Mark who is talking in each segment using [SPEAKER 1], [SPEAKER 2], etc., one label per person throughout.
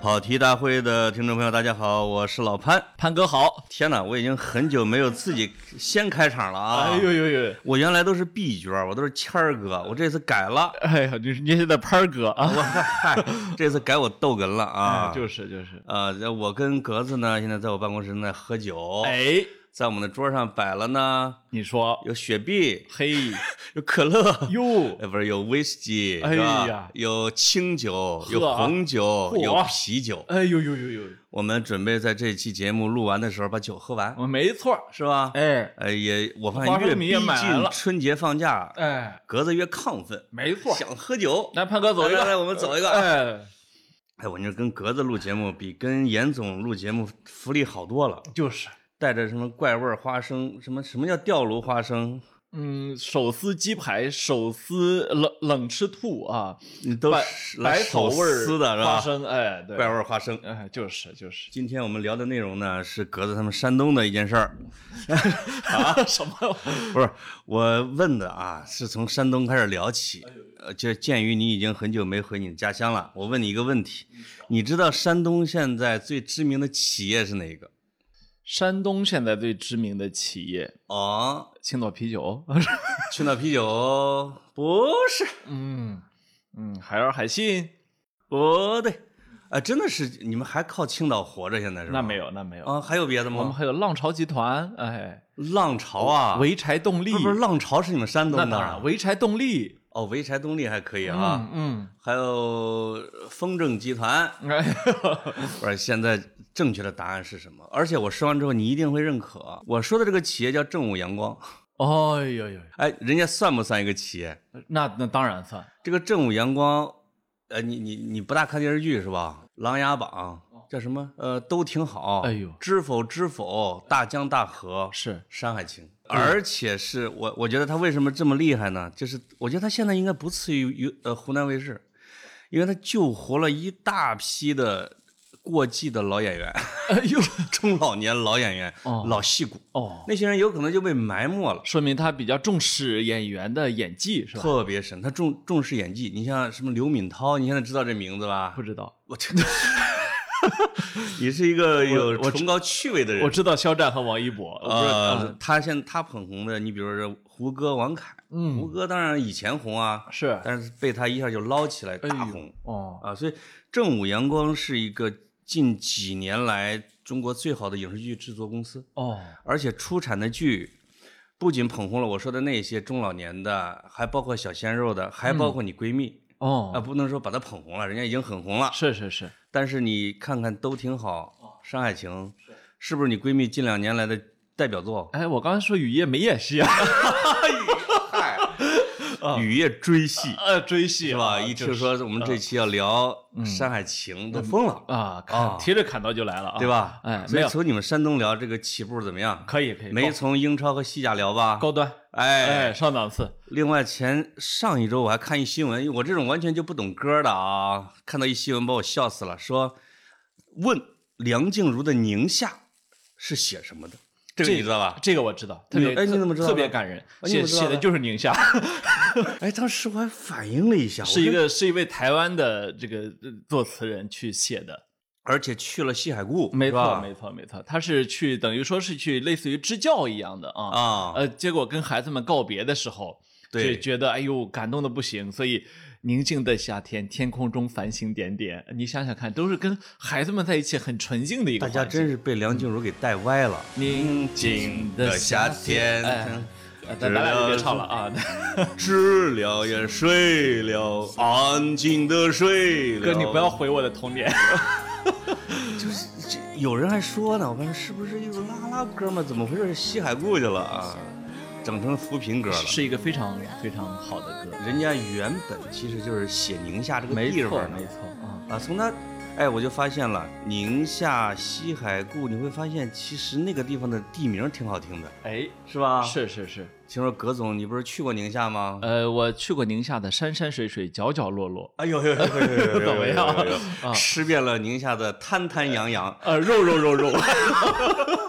[SPEAKER 1] 跑题大会的听众朋友，大家好，我是老潘。
[SPEAKER 2] 潘哥好，
[SPEAKER 1] 天哪，我已经很久没有自己先开场了啊！
[SPEAKER 2] 哎呦呦呦，
[SPEAKER 1] 我原来都是 B 角，我都是谦儿哥，我这次改了，
[SPEAKER 2] 哎呀，你是你现在潘儿哥啊，
[SPEAKER 1] 我嗨，这次改我逗哏了啊！
[SPEAKER 2] 哎就是是就是，
[SPEAKER 1] 呃，我跟格子呢，现在在我办公室正在喝酒，
[SPEAKER 2] 哎，
[SPEAKER 1] 在我们的桌上摆了呢，
[SPEAKER 2] 你说，
[SPEAKER 1] 有雪碧，
[SPEAKER 2] 嘿
[SPEAKER 1] 有可乐，
[SPEAKER 2] 哟，
[SPEAKER 1] 呃，不是有威士忌，
[SPEAKER 2] 哎
[SPEAKER 1] 是吧
[SPEAKER 2] 呀？
[SPEAKER 1] 有清酒，有
[SPEAKER 2] 呵啊
[SPEAKER 1] 红酒，
[SPEAKER 2] 嚯
[SPEAKER 1] 有啤酒。
[SPEAKER 2] 哎呦呦呦呦，
[SPEAKER 1] 我们准备在这期节目录完的时候把酒喝完，
[SPEAKER 2] 我没错，
[SPEAKER 1] 是吧？
[SPEAKER 2] 哎
[SPEAKER 1] 呃，也我发
[SPEAKER 2] 花
[SPEAKER 1] 现
[SPEAKER 2] 生
[SPEAKER 1] 越
[SPEAKER 2] 米
[SPEAKER 1] 逼
[SPEAKER 2] 也买来
[SPEAKER 1] 近
[SPEAKER 2] 了
[SPEAKER 1] 春节放假，
[SPEAKER 2] 哎，
[SPEAKER 1] 格子越亢 奋，
[SPEAKER 2] 没错，
[SPEAKER 1] 想喝酒。
[SPEAKER 2] 来潘哥走一
[SPEAKER 1] 来来来
[SPEAKER 2] 个，
[SPEAKER 1] 我们走一个啊
[SPEAKER 2] 哎，
[SPEAKER 1] 哎，我那跟格子录节目比跟严总录节目福利好多了，
[SPEAKER 2] 就是，
[SPEAKER 1] 带着什么怪味儿花生，什么什么叫吊炉花生，
[SPEAKER 2] 嗯，手撕鸡排，手撕冷冷吃兔啊，
[SPEAKER 1] 你都
[SPEAKER 2] 白
[SPEAKER 1] 是来
[SPEAKER 2] 白草
[SPEAKER 1] 手
[SPEAKER 2] 味儿
[SPEAKER 1] 撕的是
[SPEAKER 2] 花
[SPEAKER 1] 吧？
[SPEAKER 2] 生，哎，对，
[SPEAKER 1] 怪味儿花生。
[SPEAKER 2] 哎，就是 就是，
[SPEAKER 1] 今天我们聊的内容呢是格子他们山东的一件事儿，
[SPEAKER 2] 啊，什么？
[SPEAKER 1] 不是我问的啊，是从山东开始聊起。
[SPEAKER 2] 哎
[SPEAKER 1] 呃，就鉴于你已经很久没回你的家乡了，我问你一个问题：你知道山东现在最知名的企业是哪一个？
[SPEAKER 2] 山东现在最知名的企业，
[SPEAKER 1] 哦，
[SPEAKER 2] 青岛啤酒，
[SPEAKER 1] 青岛啤酒不是，
[SPEAKER 2] 嗯嗯，海尔海信。
[SPEAKER 1] 不对，啊、真的是你们还靠青岛活着现在是吧？
[SPEAKER 2] 那没有，那没有。
[SPEAKER 1] 啊，还有别的
[SPEAKER 2] 我们
[SPEAKER 1] 吗？
[SPEAKER 2] 还有浪潮集团，哎，
[SPEAKER 1] 浪潮啊，
[SPEAKER 2] 潍柴动力
[SPEAKER 1] 不，是不是浪潮是你们山东
[SPEAKER 2] 那
[SPEAKER 1] 的？啊
[SPEAKER 2] 当然，潍柴动力
[SPEAKER 1] 哦，潍柴动力还可以啊，
[SPEAKER 2] 嗯
[SPEAKER 1] 还有风正集团。
[SPEAKER 2] 嗯，哎呦，
[SPEAKER 1] 不是，现在正确的答案是什么？而且我说完之后，你一定会认可。啊我说的这个企业叫正午阳光，
[SPEAKER 2] 哦呦呦，
[SPEAKER 1] 哎，人家算不算一个企业？
[SPEAKER 2] 那那当然算，
[SPEAKER 1] 这个正午阳光，呃，你你你不大看电视剧是吧？《琅琊榜》叫什么？呃，都挺好。
[SPEAKER 2] 哦哎呦
[SPEAKER 1] 知否知否，大江大河
[SPEAKER 2] 是
[SPEAKER 1] 山海情。
[SPEAKER 2] 嗯
[SPEAKER 1] 而且是我，我觉得他为什么这么厉害呢？就是我觉得他现在应该不次于于呃湖南卫视，因为他救活了一大批的过季的老演员。
[SPEAKER 2] 哎呦，
[SPEAKER 1] 中老年老演员、
[SPEAKER 2] 哦
[SPEAKER 1] 老戏骨，
[SPEAKER 2] 哦，
[SPEAKER 1] 那些人有可能就被埋没了。
[SPEAKER 2] 说明他比较重视演员的演技是吧？
[SPEAKER 1] 特别深，他重重视演技。你像什么刘敏涛，你现在知道这名字吧
[SPEAKER 2] 不？知道，
[SPEAKER 1] 我这，你是一个有
[SPEAKER 2] 我
[SPEAKER 1] 崇高趣味的人
[SPEAKER 2] 我。知道肖战和王一博，我不知道
[SPEAKER 1] 呃，他现他捧红的，你比如说胡歌、王凯，
[SPEAKER 2] 嗯
[SPEAKER 1] 胡歌当然以前红啊，
[SPEAKER 2] 是，
[SPEAKER 1] 但是被他一下就捞起来
[SPEAKER 2] 哎呦
[SPEAKER 1] 大红
[SPEAKER 2] 哦，
[SPEAKER 1] 啊。所以正午阳光是一个近几年来中国最好的影视剧制作公司。
[SPEAKER 2] 哦，
[SPEAKER 1] 而且出产的剧不仅捧红了我说的那些中老年的，还包括小鲜肉的，还包括你闺蜜啊、
[SPEAKER 2] 嗯哦，
[SPEAKER 1] 不能说把她捧红了，人家已经很红了。
[SPEAKER 2] 是哦是是，
[SPEAKER 1] 但是你看看都挺好，《山海情》是不是你闺蜜近两年来的代表作？
[SPEAKER 2] 哎，我刚才说雨夜没演戏啊，
[SPEAKER 1] 啊雨夜追戏
[SPEAKER 2] 呃，追戏
[SPEAKER 1] 是
[SPEAKER 2] 啊嗯
[SPEAKER 1] 吧？一听
[SPEAKER 2] 就是
[SPEAKER 1] 说我们这期要聊《山海情》，都疯了，
[SPEAKER 2] 啊，
[SPEAKER 1] 啊
[SPEAKER 2] 砍提着砍刀就来了啊，
[SPEAKER 1] 对？吧？
[SPEAKER 2] 哎
[SPEAKER 1] 所
[SPEAKER 2] 没
[SPEAKER 1] 以
[SPEAKER 2] 有
[SPEAKER 1] 从你们山东聊这个起步怎么样？
[SPEAKER 2] 可以可以，
[SPEAKER 1] 没从英超和西甲聊吧？
[SPEAKER 2] 高高端，
[SPEAKER 1] 哎，
[SPEAKER 2] 哎，上档次，
[SPEAKER 1] 另外前上一周我还看一新闻，我这种完全就不懂歌的啊，看到一新闻把我笑死了，说问梁静茹的《宁夏》是写什么的，这个
[SPEAKER 2] 这
[SPEAKER 1] 你知道 吧？
[SPEAKER 2] 这个我知道，特别
[SPEAKER 1] 哎你怎么知道的
[SPEAKER 2] 特别感人，
[SPEAKER 1] 哎你怎
[SPEAKER 2] 写
[SPEAKER 1] 么知道
[SPEAKER 2] 写
[SPEAKER 1] 的
[SPEAKER 2] 的就是 宁夏，
[SPEAKER 1] 哎，当时我还反应了一下，
[SPEAKER 2] 是一
[SPEAKER 1] 我说，
[SPEAKER 2] 个是一位台湾的这个呃作词人去写 的，
[SPEAKER 1] 而且去了西海固，
[SPEAKER 2] 没
[SPEAKER 1] 是
[SPEAKER 2] 错
[SPEAKER 1] 吧
[SPEAKER 2] 没错没错，他是去等于说是去类似于支教一样的啊，
[SPEAKER 1] 啊，
[SPEAKER 2] 呃，结果跟孩子们告别的时候，
[SPEAKER 1] 对
[SPEAKER 2] 就觉得哎呦感动的不行，所以。宁静的夏天，天空中繁星点点。你想想看，都是跟孩子们在一起很纯净的一个
[SPEAKER 1] 大
[SPEAKER 2] 环
[SPEAKER 1] 家
[SPEAKER 2] 境。
[SPEAKER 1] 真是被梁静茹给带歪了。
[SPEAKER 2] 宁静的夏天，嗯哎，呃咱咱俩就别唱了啊。
[SPEAKER 1] 吃了也睡了，安静的睡了。
[SPEAKER 2] 哥，你不要毁我的童年。
[SPEAKER 1] 就是这有人还说呢，我看是不是一首拉拉歌嘛？怎么回事？西海固去了啊，整成扶贫歌了。
[SPEAKER 2] 是一个非常非常好的歌，
[SPEAKER 1] 人家原本其实就是写宁夏这个
[SPEAKER 2] 没
[SPEAKER 1] 地
[SPEAKER 2] 错
[SPEAKER 1] 方
[SPEAKER 2] 没
[SPEAKER 1] 的
[SPEAKER 2] 错啊，
[SPEAKER 1] 啊，从他，哎，我就发现了宁夏西海固，你会发现其实那个地方的地名挺好听的，
[SPEAKER 2] 哎，
[SPEAKER 1] 是吧？。
[SPEAKER 2] 是是是，
[SPEAKER 1] 听说葛总，你不是去过宁夏吗？
[SPEAKER 2] 呃，我去过宁夏的山山水水，角角落落，
[SPEAKER 1] 哎呦呦呦呦呦 呦呦
[SPEAKER 2] 怎么样
[SPEAKER 1] 呦呦呦呦 吃遍了宁夏的滩滩扬扬。
[SPEAKER 2] 呃，肉肉肉 肉，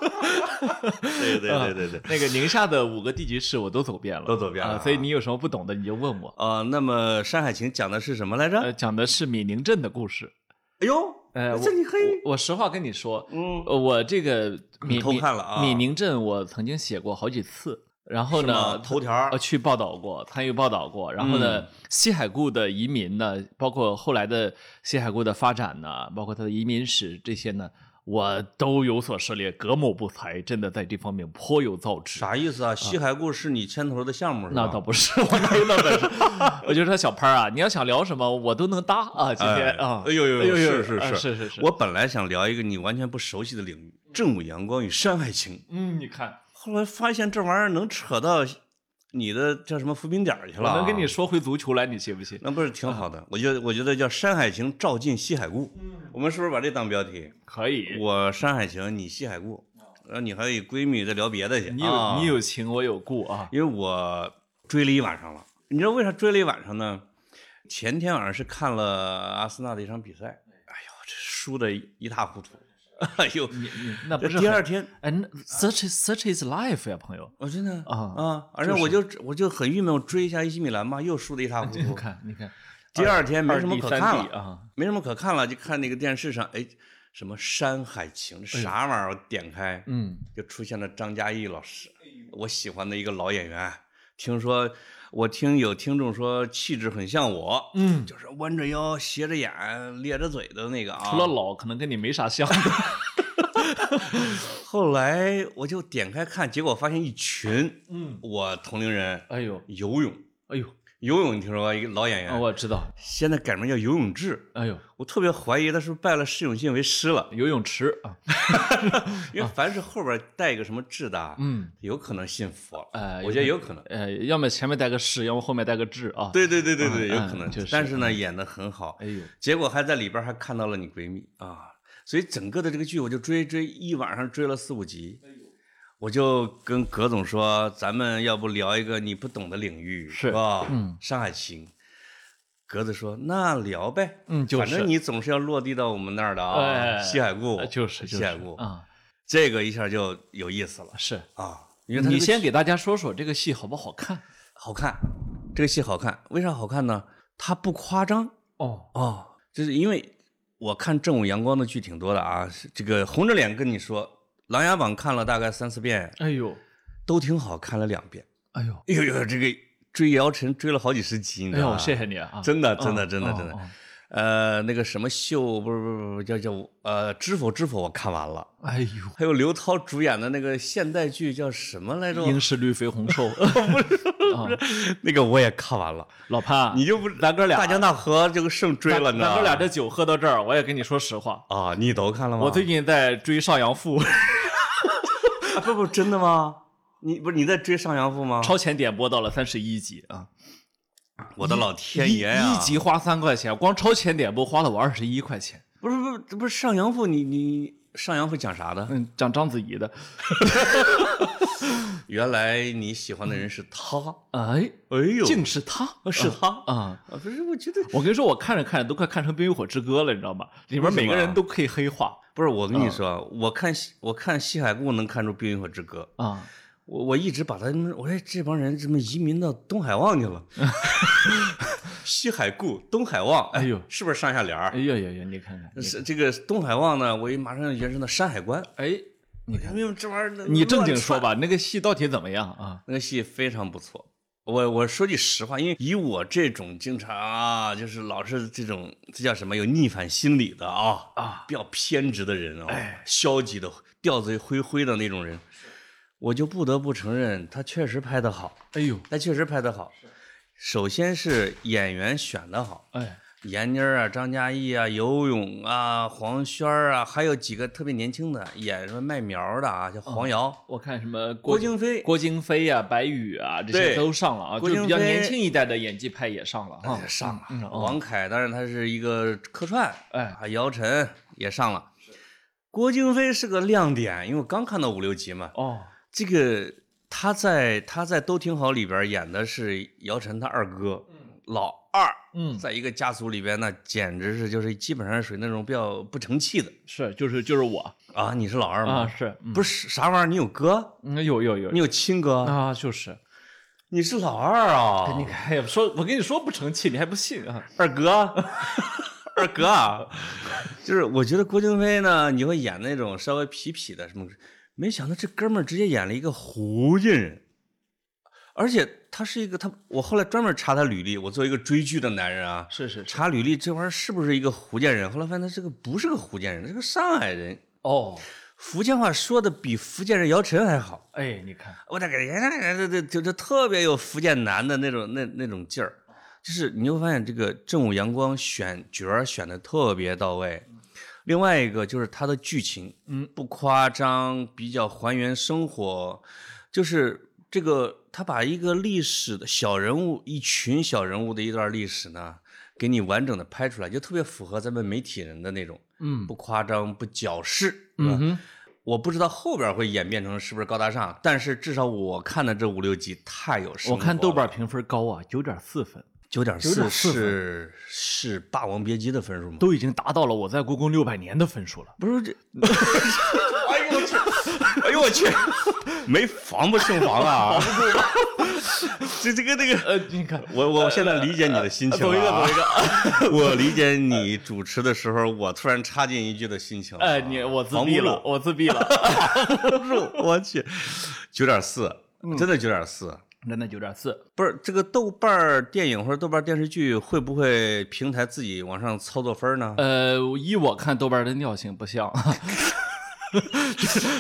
[SPEAKER 1] 对对对
[SPEAKER 2] 嗯
[SPEAKER 1] 对对。
[SPEAKER 2] 那个宁夏的五个地级市我都走遍了，
[SPEAKER 1] 都走遍了
[SPEAKER 2] 啊所以你有什么不懂的你就问我。
[SPEAKER 1] 呃啊，那么《山海情》讲的是什么来着？
[SPEAKER 2] 呃，讲的是米宁镇的故事，
[SPEAKER 1] 哎呦，
[SPEAKER 2] 呃，我
[SPEAKER 1] 这你可以
[SPEAKER 2] 我我实话跟你说，
[SPEAKER 1] 嗯
[SPEAKER 2] 呃，我这个闽
[SPEAKER 1] 偷看了啊
[SPEAKER 2] 闽宁镇我曾经写过好几次，然后
[SPEAKER 1] 是吗
[SPEAKER 2] 呢，
[SPEAKER 1] 头条儿
[SPEAKER 2] 呃去报道过，参与报道过，然后呢，
[SPEAKER 1] 嗯
[SPEAKER 2] 西海固的移民呢，包括后来的西海固的发展呢，包括它的移民史这些呢，我都有所涉猎，革某不才，真的在这方面颇有造诣。
[SPEAKER 1] 啥意思啊？西海固是你牵头的项目是吧？
[SPEAKER 2] 呃那倒不是，我哪有那本事？ 我就说小潘儿啊，你要想聊什么，我都能搭啊，今天啊，
[SPEAKER 1] 哎呦呦呦，是
[SPEAKER 2] 是
[SPEAKER 1] 是
[SPEAKER 2] 呃是是是，
[SPEAKER 1] 我本来想聊一个你完全不熟悉的领域——正午阳光与山海情，
[SPEAKER 2] 嗯，你看，
[SPEAKER 1] 后来发现这玩意儿能扯到你的叫什么伏兵点儿去
[SPEAKER 2] 我
[SPEAKER 1] 了、啊
[SPEAKER 2] 能跟你，说回足球来，你信不信？
[SPEAKER 1] 那不是挺好的？我觉得我觉得叫《山海情》照进西海固，
[SPEAKER 2] 嗯
[SPEAKER 1] 我们是不是把这当标题？
[SPEAKER 2] 可以，
[SPEAKER 1] 我《山海情》，你《西海固》，然后你还有闺蜜在聊别的去。
[SPEAKER 2] 你有、
[SPEAKER 1] 啊
[SPEAKER 2] 你，有情，我有故啊。
[SPEAKER 1] 因为我追了一晚上了。你知道为啥追了一晚上呢？前天晚上是看了阿森纳的一场比赛，哎呦，这输的一塌糊涂， 哎呦，
[SPEAKER 2] 那不
[SPEAKER 1] 这
[SPEAKER 2] 是
[SPEAKER 1] 第
[SPEAKER 2] 很
[SPEAKER 1] 二天
[SPEAKER 2] 哎那，such is such is life 呀，朋友。
[SPEAKER 1] 我真的
[SPEAKER 2] 啊
[SPEAKER 1] 啊！而且我就我就很郁闷，我追一下 AC 米兰吧，又输的一 塌糊
[SPEAKER 2] 你
[SPEAKER 1] 涂。
[SPEAKER 2] 看，你看，
[SPEAKER 1] 第二天没什么
[SPEAKER 2] 二 D
[SPEAKER 1] 可
[SPEAKER 2] 三
[SPEAKER 1] 看
[SPEAKER 2] D
[SPEAKER 1] 了，
[SPEAKER 2] 啊。
[SPEAKER 1] 没什么可看了，就看那个电视上，哎，什么《山海
[SPEAKER 2] 哎
[SPEAKER 1] 情》这啥玩意儿？我点开
[SPEAKER 2] 嗯，
[SPEAKER 1] 就出现了张嘉译老师，我喜欢的一个老演员。听说我听有听众说气质很像我，
[SPEAKER 2] 嗯
[SPEAKER 1] 就是弯着腰、斜着眼、咧着嘴的那个啊。
[SPEAKER 2] 除了老，可能跟你没啥像。
[SPEAKER 1] 后来我就点开看，结果发现一群
[SPEAKER 2] 嗯，
[SPEAKER 1] 我同龄人
[SPEAKER 2] 哎呦，
[SPEAKER 1] 游泳。
[SPEAKER 2] 哎呦，
[SPEAKER 1] 游泳，你听说过一个老演员，
[SPEAKER 2] 啊我知道。
[SPEAKER 1] 现在改名叫游泳志。
[SPEAKER 2] 哎呦，
[SPEAKER 1] 我特别怀疑他是不是拜了释永信为师了，
[SPEAKER 2] 游泳池啊。
[SPEAKER 1] 因为凡是后边带一个什么志的，啊
[SPEAKER 2] 嗯，
[SPEAKER 1] 有可能信佛了。
[SPEAKER 2] 哎
[SPEAKER 1] 我觉得有可能。
[SPEAKER 2] 呃，要么前面带个是，要么后面带个智啊。，
[SPEAKER 1] 对对对对对，
[SPEAKER 2] 嗯
[SPEAKER 1] 有可能
[SPEAKER 2] 嗯就是。
[SPEAKER 1] 但是呢，演的很好
[SPEAKER 2] 哎，呦，
[SPEAKER 1] 结果还在里边还看到了你闺蜜啊，所以整个的这个剧我就追追一晚上追了四五集。我就跟葛总说，咱们要不聊一个你不懂的领域，
[SPEAKER 2] 是
[SPEAKER 1] 吧？
[SPEAKER 2] 嗯，
[SPEAKER 1] 山海情。格子说：“那聊呗，
[SPEAKER 2] 嗯就是
[SPEAKER 1] 反正你总是要落地到我们那儿的啊，
[SPEAKER 2] 哎
[SPEAKER 1] 西海固
[SPEAKER 2] 呃就是就
[SPEAKER 1] 西
[SPEAKER 2] 是
[SPEAKER 1] 海固，
[SPEAKER 2] 啊，
[SPEAKER 1] 这个一下就有意思了
[SPEAKER 2] 是。
[SPEAKER 1] 啊，因为它
[SPEAKER 2] 你
[SPEAKER 1] 这个
[SPEAKER 2] 先给大家说说这个戏好不好看？
[SPEAKER 1] 好看，这个戏好看，为啥好看呢？它不夸张
[SPEAKER 2] 哦，
[SPEAKER 1] 哦，就是因为我看正午阳光的剧挺多的啊，这个红着脸跟你说，《琅琊榜》看了大概三四遍，
[SPEAKER 2] 哎呦，
[SPEAKER 1] 都挺好，看了两遍，
[SPEAKER 2] 哎呦，
[SPEAKER 1] 哎呦呦，这个追姚晨追了好几十集，你
[SPEAKER 2] 哎
[SPEAKER 1] 知道
[SPEAKER 2] 呦，
[SPEAKER 1] 吗？
[SPEAKER 2] 谢谢你啊！
[SPEAKER 1] 真的，
[SPEAKER 2] 啊
[SPEAKER 1] 真的，真的，
[SPEAKER 2] 啊
[SPEAKER 1] 真的
[SPEAKER 2] 啊。
[SPEAKER 1] 呃，那个什么秀，不是不是不是叫叫呃，知否知否，我看完了。
[SPEAKER 2] 哎呦，
[SPEAKER 1] 还有刘涛主演的那个现代剧叫什么来着？
[SPEAKER 2] 应是绿肥红 瘦。
[SPEAKER 1] 那个我也看完了。
[SPEAKER 2] 老潘，
[SPEAKER 1] 你就不咱哥
[SPEAKER 2] 啊俩
[SPEAKER 1] 大江大河这个剩追了，
[SPEAKER 2] 咱
[SPEAKER 1] 你知道吗
[SPEAKER 2] 咱哥俩这酒喝到这儿，我也跟你说实话，
[SPEAKER 1] 啊，你都看了吗？
[SPEAKER 2] 我最近在追《上阳赋》，
[SPEAKER 1] 啊不不真的吗？你不是你在追《上阳赋》吗？
[SPEAKER 2] 超前点播到了三十一集啊！
[SPEAKER 1] 我的老天爷呀！
[SPEAKER 2] 一一集花三块钱，光超前点播花了我二十一块钱。
[SPEAKER 1] 不是不是不是《上阳赋》，你你《上阳赋》讲啥的？
[SPEAKER 2] 嗯，讲章子怡的，
[SPEAKER 1] 原来你喜欢的人是他。
[SPEAKER 2] 哎，
[SPEAKER 1] 哎呦，
[SPEAKER 2] 竟是他
[SPEAKER 1] 是他啊！
[SPEAKER 2] 啊！
[SPEAKER 1] 不是，我觉得
[SPEAKER 2] 我跟你说，我看着看着都快看成《冰与火之歌》了，你知道吗？里面每个人都可以黑化
[SPEAKER 1] 不是，我跟
[SPEAKER 2] 嗯
[SPEAKER 1] 你说，啊我看西我看西海固能看出《冰与火之歌》，
[SPEAKER 2] 啊！
[SPEAKER 1] 我我一直把他们，我说哎这帮人怎么移民到东海望去了？ 西海固、东海望，
[SPEAKER 2] 哎呦
[SPEAKER 1] 是不是上下联
[SPEAKER 2] 哎
[SPEAKER 1] 儿？
[SPEAKER 2] 呦呦呦，你看看，你
[SPEAKER 1] 是这个东海望呢，我一马上就延伸到山海关。
[SPEAKER 2] 哎，
[SPEAKER 1] 你看，这玩意儿，
[SPEAKER 2] 你正经说，吧，那个戏到底怎么样啊？
[SPEAKER 1] 那个戏非常不错。我我说句实话，因为以我这种经常啊，就是老是这种这叫什么有逆反心理的啊
[SPEAKER 2] 啊，
[SPEAKER 1] 比较偏执的人啊，消极的吊子灰灰的那种人，我就不得不承认，他确实拍得好，
[SPEAKER 2] 哎呦，
[SPEAKER 1] 他确实拍得好。首先是演员选得好，
[SPEAKER 2] 哎，
[SPEAKER 1] 闫妮儿啊、张嘉译啊、游泳啊、黄轩儿啊，还有几个特别年轻的演什么麦苗的啊，叫黄瑶、
[SPEAKER 2] 我看什么
[SPEAKER 1] 郭京飞，
[SPEAKER 2] 郭京飞呀、白宇啊，这
[SPEAKER 1] 对
[SPEAKER 2] 些都上了啊，
[SPEAKER 1] 郭
[SPEAKER 2] 就
[SPEAKER 1] 京
[SPEAKER 2] 比较
[SPEAKER 1] 飞
[SPEAKER 2] 年轻一代的演技派也上了啊
[SPEAKER 1] 也。上了。
[SPEAKER 2] 嗯哦
[SPEAKER 1] 王凯当然他是一个客串，
[SPEAKER 2] 哎
[SPEAKER 1] 啊，姚晨也上了。郭京飞是个亮点，因为我刚看到五六集嘛。
[SPEAKER 2] 哦，
[SPEAKER 1] 这个他在他在《都挺好》里边演的是姚晨他二哥，老二，
[SPEAKER 2] 嗯，
[SPEAKER 1] 在一个家族里边那简直是就是基本上属于那种比较不成器的
[SPEAKER 2] 是，就是就是我
[SPEAKER 1] 啊。你是老二
[SPEAKER 2] 啊，
[SPEAKER 1] 吗？
[SPEAKER 2] 是，嗯
[SPEAKER 1] 不是啥玩意儿，你有哥，
[SPEAKER 2] 嗯有有有
[SPEAKER 1] 你有亲哥，
[SPEAKER 2] 啊，就是。哦
[SPEAKER 1] 你是老二啊？
[SPEAKER 2] 你看，哎呀，说我跟你说不成器，你还不信啊？
[SPEAKER 1] 二哥，二哥啊，就是我觉得郭京飞呢，你会演那种稍微痞痞的什么，没想到这哥们儿直接演了一个福建人，而且他是一个他，我后来专门查他履历，我作为一个追剧的男人啊，
[SPEAKER 2] 是是是
[SPEAKER 1] 查履历这玩意儿是不是一个福建人？后来发现他这个不是个福建人，他是个上海人，
[SPEAKER 2] 哦，
[SPEAKER 1] 福建话说的比福建人姚晨还好。
[SPEAKER 2] 哎，你看，
[SPEAKER 1] 我大概这这这这特别有福建男的那种那那种劲儿，就是你会发现这个正午阳光选角儿选的特别到位。另外一个就是它的剧情，
[SPEAKER 2] 嗯，
[SPEAKER 1] 不夸张，比较还原生活，就是这个他把一个历史的小人物，一群小人物的一段历史呢，给你完整的拍出来，就特别符合咱们媒体人的那种，
[SPEAKER 2] 嗯
[SPEAKER 1] 不夸张，不矫饰，是吧
[SPEAKER 2] 嗯哼，
[SPEAKER 1] 我不知道后边会演变成是不是高大上，但是至少我看的这五六集太有生
[SPEAKER 2] 我
[SPEAKER 1] 活
[SPEAKER 2] 看
[SPEAKER 1] 了
[SPEAKER 2] 豆瓣评分高啊，九点四分，
[SPEAKER 1] 九点四
[SPEAKER 2] 9.4
[SPEAKER 1] 是是《霸王别姬》的分数吗？
[SPEAKER 2] 都已经达到了我在故宫六百年的分数了。
[SPEAKER 1] 不是这，哎呦我去，哎呦我去，没防不胜防啊！这这个这个，
[SPEAKER 2] 呃，你看，
[SPEAKER 1] 我我现在理解你的心情
[SPEAKER 2] 走一个
[SPEAKER 1] 了、啊
[SPEAKER 2] 走一个。
[SPEAKER 1] 我理解你主持的时候，我突然插进一句的心情了啊、
[SPEAKER 2] 哎，你我自
[SPEAKER 1] 防不
[SPEAKER 2] 闭
[SPEAKER 1] 住
[SPEAKER 2] 了，我自闭 了，
[SPEAKER 1] 我去，九点四，真的九点四。
[SPEAKER 2] 真的九点四。
[SPEAKER 1] 不是这个豆瓣儿电影或者豆瓣儿电视剧会不会平台自己往上操作分儿呢？
[SPEAKER 2] 呃，依我看豆瓣的尿性不像，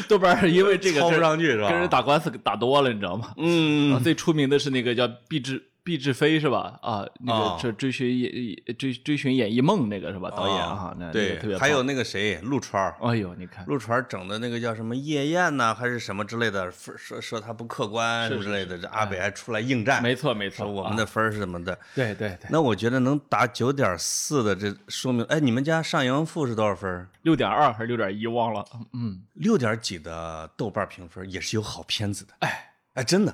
[SPEAKER 2] 豆瓣儿因为这个
[SPEAKER 1] 抄不
[SPEAKER 2] 跟
[SPEAKER 1] 上去是吧？
[SPEAKER 2] 跟人打官司打多了，你知道吗？啊，
[SPEAKER 1] 嗯，
[SPEAKER 2] 最出名的是那个叫毕志毕志飞是吧？啊，那
[SPEAKER 1] 啊
[SPEAKER 2] 个这追寻演追追寻演艺梦那个是吧？导演啊，那那个特别
[SPEAKER 1] 哦对，
[SPEAKER 2] 棒
[SPEAKER 1] 还有那个谁陆川儿，
[SPEAKER 2] 哎呦，你看，
[SPEAKER 1] 陆川儿整的那个叫什么夜宴呐、还是什么之类的，说说说他不客观
[SPEAKER 2] 是哎
[SPEAKER 1] 什么之类的，这阿北还出来应战，
[SPEAKER 2] 没错没错，
[SPEAKER 1] 说我
[SPEAKER 2] 啊
[SPEAKER 1] 们的分儿是怎么的？
[SPEAKER 2] 对对对，
[SPEAKER 1] 那我觉得能打九点四的，这说明哎，你们家上阳赋是多少分儿？
[SPEAKER 2] 六点二还是六点一忘了，嗯，
[SPEAKER 1] 六点几的豆瓣评分也是有好片子的。哎哎，真的，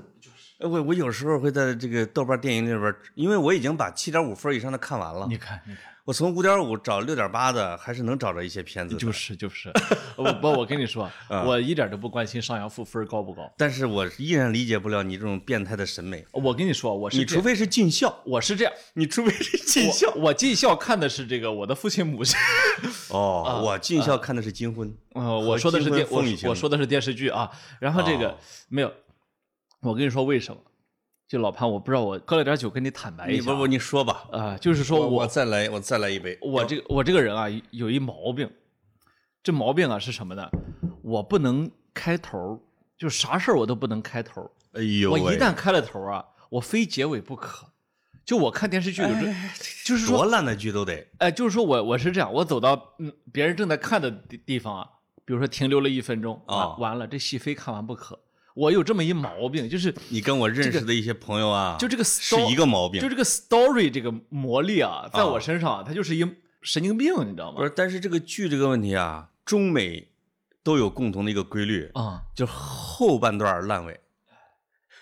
[SPEAKER 1] 我我有时候会在这个豆瓣电影里边，因为我已经把七点五分以上的看完了，
[SPEAKER 2] 你看你看，
[SPEAKER 1] 我从五点五找六点八的，还是能找着一些片子的。
[SPEAKER 2] 就是就是，我不我跟你说，
[SPEAKER 1] 嗯
[SPEAKER 2] 我一点都不关心上阳赋分高不高，
[SPEAKER 1] 但是我依然理解不了你这种变态的审美。
[SPEAKER 2] 我跟你说，我是
[SPEAKER 1] 你
[SPEAKER 2] 这
[SPEAKER 1] 除非是尽孝，
[SPEAKER 2] 我是这样，
[SPEAKER 1] 你除非是尽孝。
[SPEAKER 2] 我我尽孝看的是这个我的父亲母亲。啊
[SPEAKER 1] 哦，我尽孝看的是金婚。
[SPEAKER 2] 呃，
[SPEAKER 1] 和
[SPEAKER 2] 我说的是
[SPEAKER 1] 金
[SPEAKER 2] 电，
[SPEAKER 1] 婚
[SPEAKER 2] 我
[SPEAKER 1] 风雨情
[SPEAKER 2] 我说的是电视剧啊。然后这个、
[SPEAKER 1] 哦
[SPEAKER 2] 没有，我跟你说为什么？就老潘，我不知道，我喝了点酒，跟你坦白一
[SPEAKER 1] 你
[SPEAKER 2] 下
[SPEAKER 1] 不
[SPEAKER 2] 啊，
[SPEAKER 1] 不，你说吧。
[SPEAKER 2] 呃，就是说
[SPEAKER 1] 我
[SPEAKER 2] 我
[SPEAKER 1] 再来，我再来一杯。
[SPEAKER 2] 我这个我这个人啊，有一毛病，这毛病啊是什么呢？我不能开头，就啥事儿我都不能开头。
[SPEAKER 1] 哎呦
[SPEAKER 2] 我
[SPEAKER 1] 喂，
[SPEAKER 2] 一旦开了头啊，我非结尾不可。就我看电视剧有
[SPEAKER 1] 哎
[SPEAKER 2] 这，就是说
[SPEAKER 1] 多烂的剧都得
[SPEAKER 2] 哎，就是说我我是这样，我走到嗯别人正在看的地地方啊，比如说停留了一分钟
[SPEAKER 1] 啊
[SPEAKER 2] 啊，完了这戏非看完不可。我有这么一毛病，就是
[SPEAKER 1] 你跟我认识的一些朋友啊，
[SPEAKER 2] 就这个
[SPEAKER 1] 是
[SPEAKER 2] sto-
[SPEAKER 1] 一个毛病哦
[SPEAKER 2] 就。这个 story 这个魔力啊，在我身上啊、它就是一神经病，你知道
[SPEAKER 1] 不
[SPEAKER 2] 吗？
[SPEAKER 1] 是，但是这个剧这个问题啊，中美都有共同的一个规律，
[SPEAKER 2] 啊、
[SPEAKER 1] 就是后半段烂尾，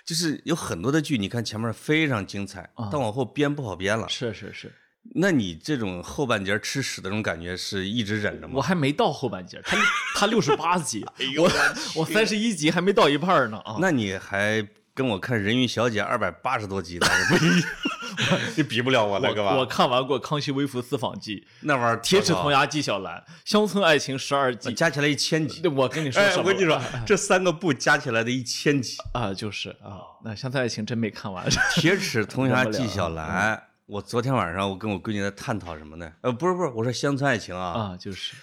[SPEAKER 1] 就是有很多的剧，你看前面非常精彩，但往后编不好编了。
[SPEAKER 2] 哦是是是，
[SPEAKER 1] 那你这种后半截吃屎的这种感觉是一直忍着
[SPEAKER 2] 我
[SPEAKER 1] 吗？
[SPEAKER 2] 还没到后半截， 他他六十八集，
[SPEAKER 1] 哎
[SPEAKER 2] 我我三十一集还没到一半呢啊！
[SPEAKER 1] 那你还跟我看《人鱼小姐》二百八十多集，那是不一 样，你比不了我了，哥
[SPEAKER 2] 我
[SPEAKER 1] 吧？
[SPEAKER 2] 我看完过《康熙微服私访记》
[SPEAKER 1] 那玩意儿
[SPEAKER 2] 《铁齿铜牙纪晓岚》《乡村爱情十二
[SPEAKER 1] 我
[SPEAKER 2] 计》
[SPEAKER 1] 加起来一千集。
[SPEAKER 2] 我跟你说
[SPEAKER 1] 哎，
[SPEAKER 2] 什么？
[SPEAKER 1] 我跟你说，这三个部加起来的一千集。
[SPEAKER 2] 啊，就是啊，
[SPEAKER 1] 哦
[SPEAKER 2] 那《乡村爱情》真没 看完。
[SPEAKER 1] 铁齿铜牙纪晓岚。我昨天晚上我跟我闺女在探讨什么呢？呃，不是不是，我说乡村爱情啊，
[SPEAKER 2] 啊，就是，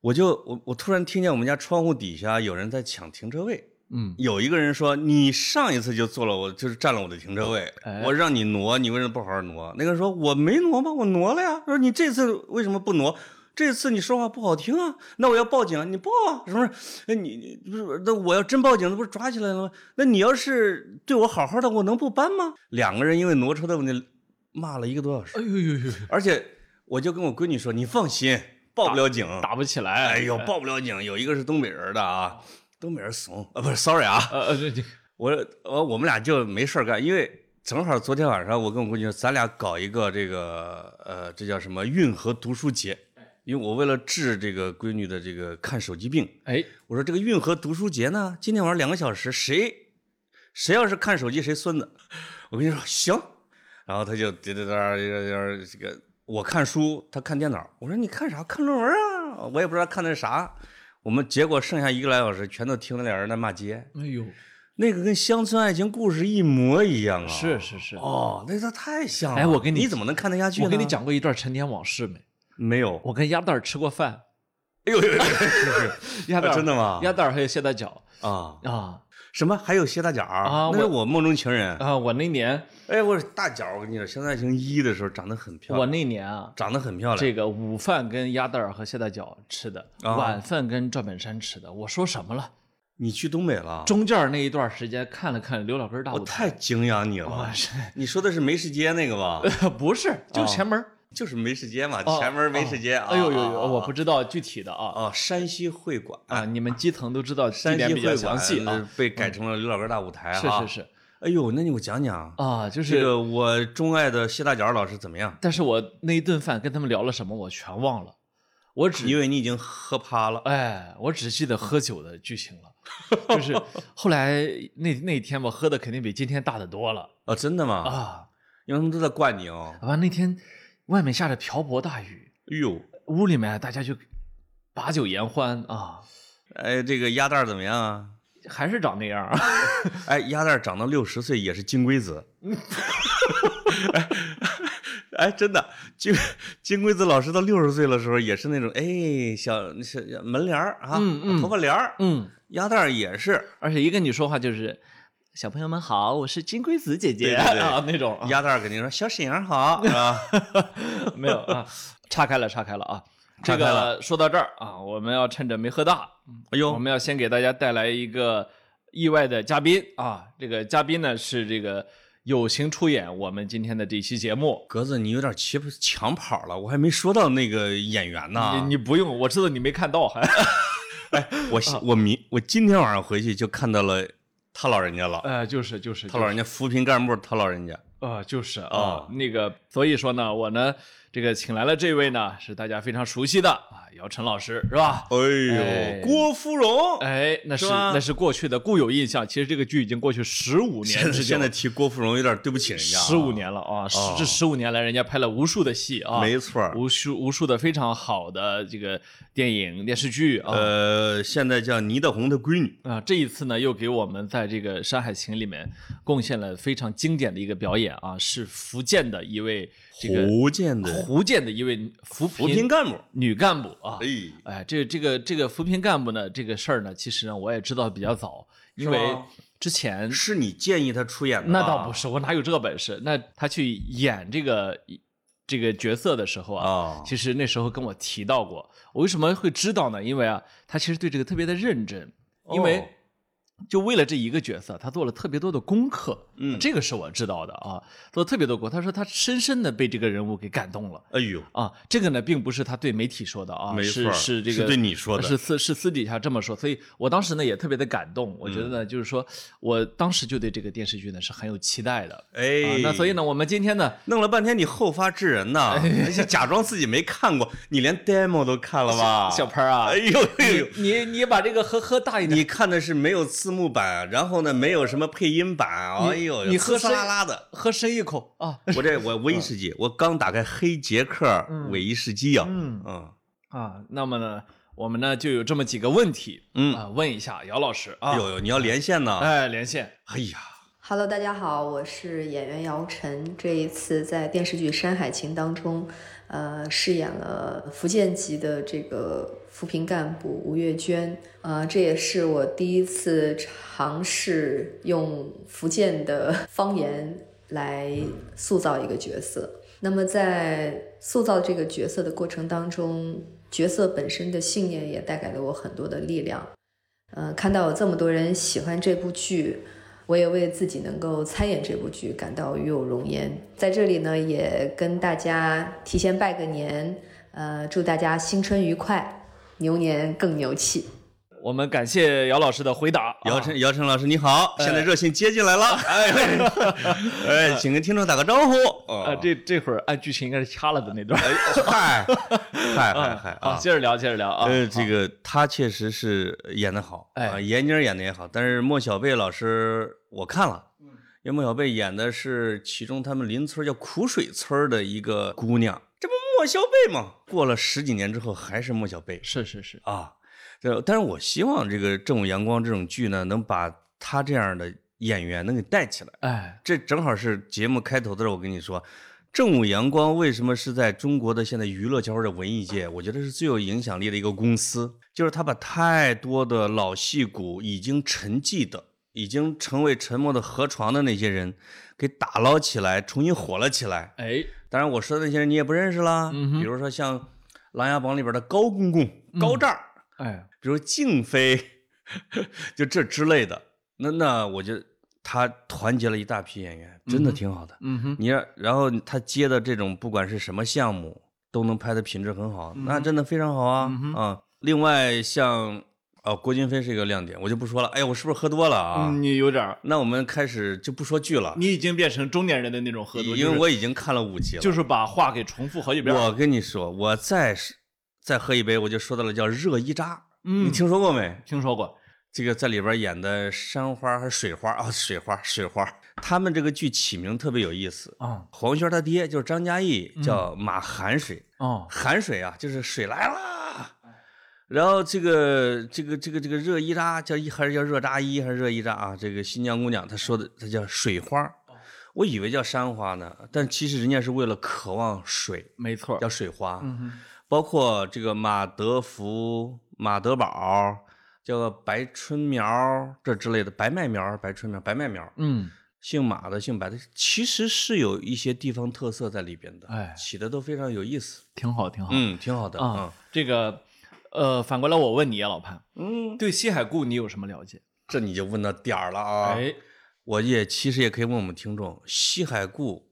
[SPEAKER 1] 我就我我突然听见我们家窗户底下有人在抢停车位，
[SPEAKER 2] 嗯，
[SPEAKER 1] 有一个人说你上一次就坐了我就是占了我的停车位，
[SPEAKER 2] 哎
[SPEAKER 1] 我让你挪，你为什么不好好挪？那个人说我没挪吗？我挪了呀。说你这次为什么不挪？这次你说话不好听啊，那我要报警啊！你报啊，什么？哎，你你不是那我要真报警，那不是抓起来了吗？那你要是对我好好的，我能不搬吗？两个人因为挪车的问题骂了一个多小时，
[SPEAKER 2] 哎呦呦呦，
[SPEAKER 1] 而且我就跟我闺女说，你放心，报不了警，
[SPEAKER 2] 打不起来。
[SPEAKER 1] 哎呦，报不了警。有一个是东北人的啊，东北人怂啊，不是，sorry 啊，
[SPEAKER 2] 呃呃，这这，
[SPEAKER 1] 我呃我我们俩就没事儿干，因为正好昨天晚上我跟我闺女说，咱俩搞一个这个呃，这叫什么运河读书节，因为我为了治这个闺女的这个看手机病，
[SPEAKER 2] 哎，
[SPEAKER 1] 我说这个运河读书节呢，今天晚上两个小时，谁谁要是看手机谁孙子。我跟你说行，然后他就哒哒哒这个这个这个，我看书，他看电脑。我说你看啥？看论文啊！我也不知道看的是啥。我们结果剩下一个来小时，全都听那俩人在骂街。
[SPEAKER 2] 哎呦，
[SPEAKER 1] 那个跟乡村爱情故事一模一样啊！
[SPEAKER 2] 是是是
[SPEAKER 1] 哦，那他太像了。
[SPEAKER 2] 哎我跟你
[SPEAKER 1] 你怎么能看得下去呢？
[SPEAKER 2] 我跟你，讲过一段陈年往事没？
[SPEAKER 1] 没 有。
[SPEAKER 2] 我跟鸭蛋儿吃过饭，
[SPEAKER 1] 哎呦呦呦呦！是
[SPEAKER 2] 鸭蛋儿
[SPEAKER 1] 啊真的吗
[SPEAKER 2] 鸭蛋儿还有蟹大脚
[SPEAKER 1] 啊，
[SPEAKER 2] 啊
[SPEAKER 1] 什么还有蟹大脚儿
[SPEAKER 2] 啊
[SPEAKER 1] 那是
[SPEAKER 2] 我
[SPEAKER 1] 我梦中情人。
[SPEAKER 2] 啊！我那年
[SPEAKER 1] 哎，我大脚儿，我跟你说，乡村爱情一的时候长得很漂
[SPEAKER 2] 我
[SPEAKER 1] 亮，
[SPEAKER 2] 那年啊，
[SPEAKER 1] 长得很漂亮。
[SPEAKER 2] 这个午饭跟鸭蛋儿和蟹大脚吃的，
[SPEAKER 1] 啊
[SPEAKER 2] 晚饭跟赵本山吃的。我说什么了？
[SPEAKER 1] 你去东北了？
[SPEAKER 2] 中间儿那一段时间看了看哦刘老根儿大
[SPEAKER 1] 我
[SPEAKER 2] 舞台，
[SPEAKER 1] 太敬仰你了。你说的是梅市街那个吧？
[SPEAKER 2] 不是，就前门儿，
[SPEAKER 1] 就是梅市街嘛，
[SPEAKER 2] 哦
[SPEAKER 1] 前门梅市街。啊
[SPEAKER 2] 哎呦呦呦，
[SPEAKER 1] 啊
[SPEAKER 2] 我不知道具体的啊
[SPEAKER 1] 啊，山西会馆，
[SPEAKER 2] 啊！你们基层都知道地
[SPEAKER 1] 山西
[SPEAKER 2] 点比较
[SPEAKER 1] 会
[SPEAKER 2] 详
[SPEAKER 1] 馆
[SPEAKER 2] 细啊，
[SPEAKER 1] 被改成了刘老根大舞台
[SPEAKER 2] 是
[SPEAKER 1] 啊
[SPEAKER 2] 是。是
[SPEAKER 1] 哎呦，那你给我讲讲，
[SPEAKER 2] 啊，就
[SPEAKER 1] 这
[SPEAKER 2] 是。
[SPEAKER 1] 个我钟爱的谢大脚老师怎么样？
[SPEAKER 2] 但是我那一顿饭跟他们聊了什么，我全忘了，我只
[SPEAKER 1] 因为你已经喝趴了。
[SPEAKER 2] 哎，我只记得喝酒的剧情 了，就是后来那那天我喝的肯定比今天大得多了
[SPEAKER 1] 哦，真的吗？
[SPEAKER 2] 啊！
[SPEAKER 1] 因为他们都在灌你哦。
[SPEAKER 2] 完那天外面下着瓢泼大雨，
[SPEAKER 1] 哎呦，
[SPEAKER 2] 屋里面大家就把酒言欢啊，
[SPEAKER 1] 哎，这个鸭蛋儿怎么样啊？
[SPEAKER 2] 还是长那样儿。
[SPEAKER 1] 哎，鸭蛋儿长到六十岁也是金龟 子。哎，真的，金金龟子老师到六十岁的时候也是那种，哎，小小门帘儿啊，
[SPEAKER 2] 嗯嗯
[SPEAKER 1] 头发帘儿，
[SPEAKER 2] 嗯，
[SPEAKER 1] 鸭蛋儿也是，
[SPEAKER 2] 而且一跟你说话就是“小朋友们好，我是金龟子姐
[SPEAKER 1] 对
[SPEAKER 2] 姐”
[SPEAKER 1] 对对
[SPEAKER 2] 啊那种啊
[SPEAKER 1] 鸭蛋儿肯定说小沈阳 好，是吧？
[SPEAKER 2] 没有啊，岔开了，岔开了啊。这
[SPEAKER 1] 岔开了
[SPEAKER 2] 个说到这儿啊，我们要趁着没喝大，
[SPEAKER 1] 哎
[SPEAKER 2] 我
[SPEAKER 1] 呦，
[SPEAKER 2] 们要先给大家带来一个意外的嘉宾啊！这个嘉宾呢是这个友情出演我们今天的这期节目。
[SPEAKER 1] 格子，你有点骑抢跑了，我还没说到那个演员呢
[SPEAKER 2] 你。你不用，我知道你没看到，还
[SPEAKER 1] 我
[SPEAKER 2] 啊
[SPEAKER 1] 我明我今天晚上回去就看到了他老人家了，
[SPEAKER 2] 呃，就是就是
[SPEAKER 1] 他老人
[SPEAKER 2] 家
[SPEAKER 1] 家扶贫干部，他老人家。
[SPEAKER 2] 呃，就是啊、
[SPEAKER 1] 哦
[SPEAKER 2] 那个，所以说呢，我呢这个请来了这位呢是大家非常熟悉的啊，姚晨老师是吧？
[SPEAKER 1] 哎
[SPEAKER 2] 哎
[SPEAKER 1] 呦，郭芙蓉，
[SPEAKER 2] 哎，那是
[SPEAKER 1] 是吧
[SPEAKER 2] 那是过去的固有印象，其实这个剧已经过去十五年
[SPEAKER 1] 现在
[SPEAKER 2] 之久
[SPEAKER 1] 现
[SPEAKER 2] 了
[SPEAKER 1] 在，提郭芙蓉有点对不起人家、
[SPEAKER 2] 十五，年了啊，十、这十五年来，人家拍了无数的戏啊，
[SPEAKER 1] 哦没错儿。
[SPEAKER 2] 无数无数的非常好的这个电影电视剧啊。
[SPEAKER 1] 呃，现在叫倪大红的闺女，
[SPEAKER 2] 啊，这一次呢，又给我们在这个《山海情》里面贡献了非常经典的一个表演啊，是福建的一位这个
[SPEAKER 1] 福建的
[SPEAKER 2] 福建的一位扶
[SPEAKER 1] 扶贫
[SPEAKER 2] 贫
[SPEAKER 1] 干部。
[SPEAKER 2] 女干部啊。
[SPEAKER 1] 哎，
[SPEAKER 2] 哎，这这个这个扶贫干部呢，这个事儿呢，其实呢，我也知道比较早，因为
[SPEAKER 1] 是吗
[SPEAKER 2] 之前
[SPEAKER 1] 是你建议他出演的？啊
[SPEAKER 2] 那倒不
[SPEAKER 1] 是
[SPEAKER 2] 是，我哪有这个本事？那他去演这个这个角色的时候啊，
[SPEAKER 1] 啊。
[SPEAKER 2] 其实那时候跟我提到过，我为什么会知道呢？因为啊，他其实对这个特别的认真，因为
[SPEAKER 1] 哦
[SPEAKER 2] 就为了这一个角色，他做了特别多的功课。
[SPEAKER 1] 嗯
[SPEAKER 2] 这个是我知道的啊，做了特别多功课。他说他深深的被这个人物给感动了。
[SPEAKER 1] 哎呦，
[SPEAKER 2] 啊，这个呢，并不是他对媒体说的啊，
[SPEAKER 1] 没
[SPEAKER 2] 是
[SPEAKER 1] 错儿
[SPEAKER 2] 是这
[SPEAKER 1] 是
[SPEAKER 2] 个
[SPEAKER 1] 对你说的
[SPEAKER 2] 是私是私底下这么说，所以我当时呢也特别的感动，我觉得
[SPEAKER 1] 嗯
[SPEAKER 2] 呢、就是说我当时就对这个电视剧呢是很有期待的、啊
[SPEAKER 1] 哎，，
[SPEAKER 2] 那所以呢，我们今天呢
[SPEAKER 1] 弄了半天你后发制人 呐，而且假装自己没看过，你连 demo 都看了吧？
[SPEAKER 2] 小潘儿啊
[SPEAKER 1] 哎 呦哎呦，
[SPEAKER 2] 你你把这个呵呵大一点，
[SPEAKER 1] 你看的是没有字幕版，然后呢没有什么配音版，哎呦，
[SPEAKER 2] 你喝
[SPEAKER 1] 呲
[SPEAKER 2] 深
[SPEAKER 1] 啦啦的。
[SPEAKER 2] 喝深一口啊
[SPEAKER 1] 我这我威士忌，我刚打开黑杰克伪威士忌呀，
[SPEAKER 2] 嗯
[SPEAKER 1] 嗯，
[SPEAKER 2] 啊！那么呢，我们呢就有这么几个问题，
[SPEAKER 1] 嗯
[SPEAKER 2] 啊，问一下姚老师啊
[SPEAKER 1] 哎，呦呦，你要连线呢？
[SPEAKER 2] 哎，连线，
[SPEAKER 1] 哎呀，
[SPEAKER 3] Hello，大家好，我是演员姚晨。这一次在电视剧《山海情》当中，呃，饰演了福建籍的这个扶贫干部吴月娟。呃，这也是我第一次尝试用福建的方言来塑造一个角色。那么在塑造这个角色的过程当中，角色本身的信念也带给了我很多的力量。呃，看到有这么多人喜欢这部剧，我也为自己能够参演这部剧感到与有荣焉。在这里呢，也跟大家提前拜个年，呃，祝大家新春愉快，牛年更牛气。
[SPEAKER 2] 我们感谢姚老师的回答，啊
[SPEAKER 1] 姚晨，姚晨老师你好，
[SPEAKER 2] 哎
[SPEAKER 1] 现在热线接进来了，哎，哎，请跟听众打个招呼。
[SPEAKER 2] 啊，
[SPEAKER 1] 哦
[SPEAKER 2] 这这会儿按剧情应该是掐了的那段。
[SPEAKER 1] 哎嗨嗨嗨嗨
[SPEAKER 2] 嗯好，
[SPEAKER 1] 啊！
[SPEAKER 2] 接着聊，接着聊啊。
[SPEAKER 1] 呃，这个他确实是演的好，
[SPEAKER 2] 哎
[SPEAKER 1] 啊闫妮儿演的也好，但是莫小贝老师我看了，
[SPEAKER 2] 嗯
[SPEAKER 1] 因为莫小贝演的是其中他们邻村儿叫苦水村儿的一个姑娘，这不莫小贝嘛。过了十几年之后，还是莫小贝
[SPEAKER 2] 是是是，
[SPEAKER 1] 啊。这但是我希望这个《正午阳光》这种剧呢，能把他这样的演员能给带起来。
[SPEAKER 2] 哎，
[SPEAKER 1] 这正好是节目开头的时候，我跟你说，《正午阳光》为什么是在中国的现在娱乐圈或者文艺界，我觉得是最有影响力的一个公司，就是他把太多的老戏骨已经沉寂的、已经成为沉默的河床的那些人，给打捞起来，重新火了起来。
[SPEAKER 2] 哎，
[SPEAKER 1] 当然，我说的那些人你也不认识啦，
[SPEAKER 2] 嗯哼嗯
[SPEAKER 1] 比如说像《琅琊榜》里边的高公公、高丈儿，
[SPEAKER 2] 哎，
[SPEAKER 1] 比如静妃， 就这之类的。那那我觉得他团结了一大批演员，真的挺好的。
[SPEAKER 2] 嗯哼，
[SPEAKER 1] 你要然后他接的这种不管是什么项目，都能拍的品质很
[SPEAKER 2] 嗯
[SPEAKER 1] 好，那真的非常好啊、啊！另外像哦，郭京飞是一个亮点，我就不说了。哎呀，我是不是喝多了啊？
[SPEAKER 2] 嗯你有点儿，
[SPEAKER 1] 那我们开始就不说剧了，
[SPEAKER 2] 你已经变成中年人的那种喝多，
[SPEAKER 1] 因
[SPEAKER 2] 就
[SPEAKER 1] 为
[SPEAKER 2] 是
[SPEAKER 1] 我已经看了五集了。
[SPEAKER 2] 就是把话给重复好几遍儿。啊
[SPEAKER 1] 我跟你说，我再是再喝一杯，我就说到了叫热依扎，你
[SPEAKER 2] 嗯，
[SPEAKER 1] 听说过没？
[SPEAKER 2] 听说过，
[SPEAKER 1] 这个在里边演的山花还是水花啊、水花，水花。他们这个剧起名特别有意思。
[SPEAKER 2] 啊，
[SPEAKER 1] 黄轩他爹就是张嘉译，叫马寒水。
[SPEAKER 2] 哦，
[SPEAKER 1] 寒水啊，就是水来啦。然后这个这个这个这个热依扎叫一还是叫热扎依还是热依扎啊？这个新疆姑娘她说的她叫水花，我以为叫山花呢，但其实人家是为了渴望水
[SPEAKER 2] 没错儿，
[SPEAKER 1] 叫水花。
[SPEAKER 2] 嗯哼，
[SPEAKER 1] 包括这个马德福、马德堡，叫个白春苗这之类的，白麦苗、白春苗、白麦苗，
[SPEAKER 2] 嗯，
[SPEAKER 1] 姓马的、姓白的，其实是有一些地方特色在里边的，
[SPEAKER 2] 哎
[SPEAKER 1] 起的都非常有意思，
[SPEAKER 2] 挺好，挺好。
[SPEAKER 1] 嗯，挺好的，嗯
[SPEAKER 2] 啊，，这个，呃，反过来我问你啊，老潘，
[SPEAKER 1] 嗯，
[SPEAKER 2] 对西海固你有什么了解？
[SPEAKER 1] 这你就问到点儿了啊，
[SPEAKER 2] 哎，
[SPEAKER 1] 我也其实也可以问我们听众，西海固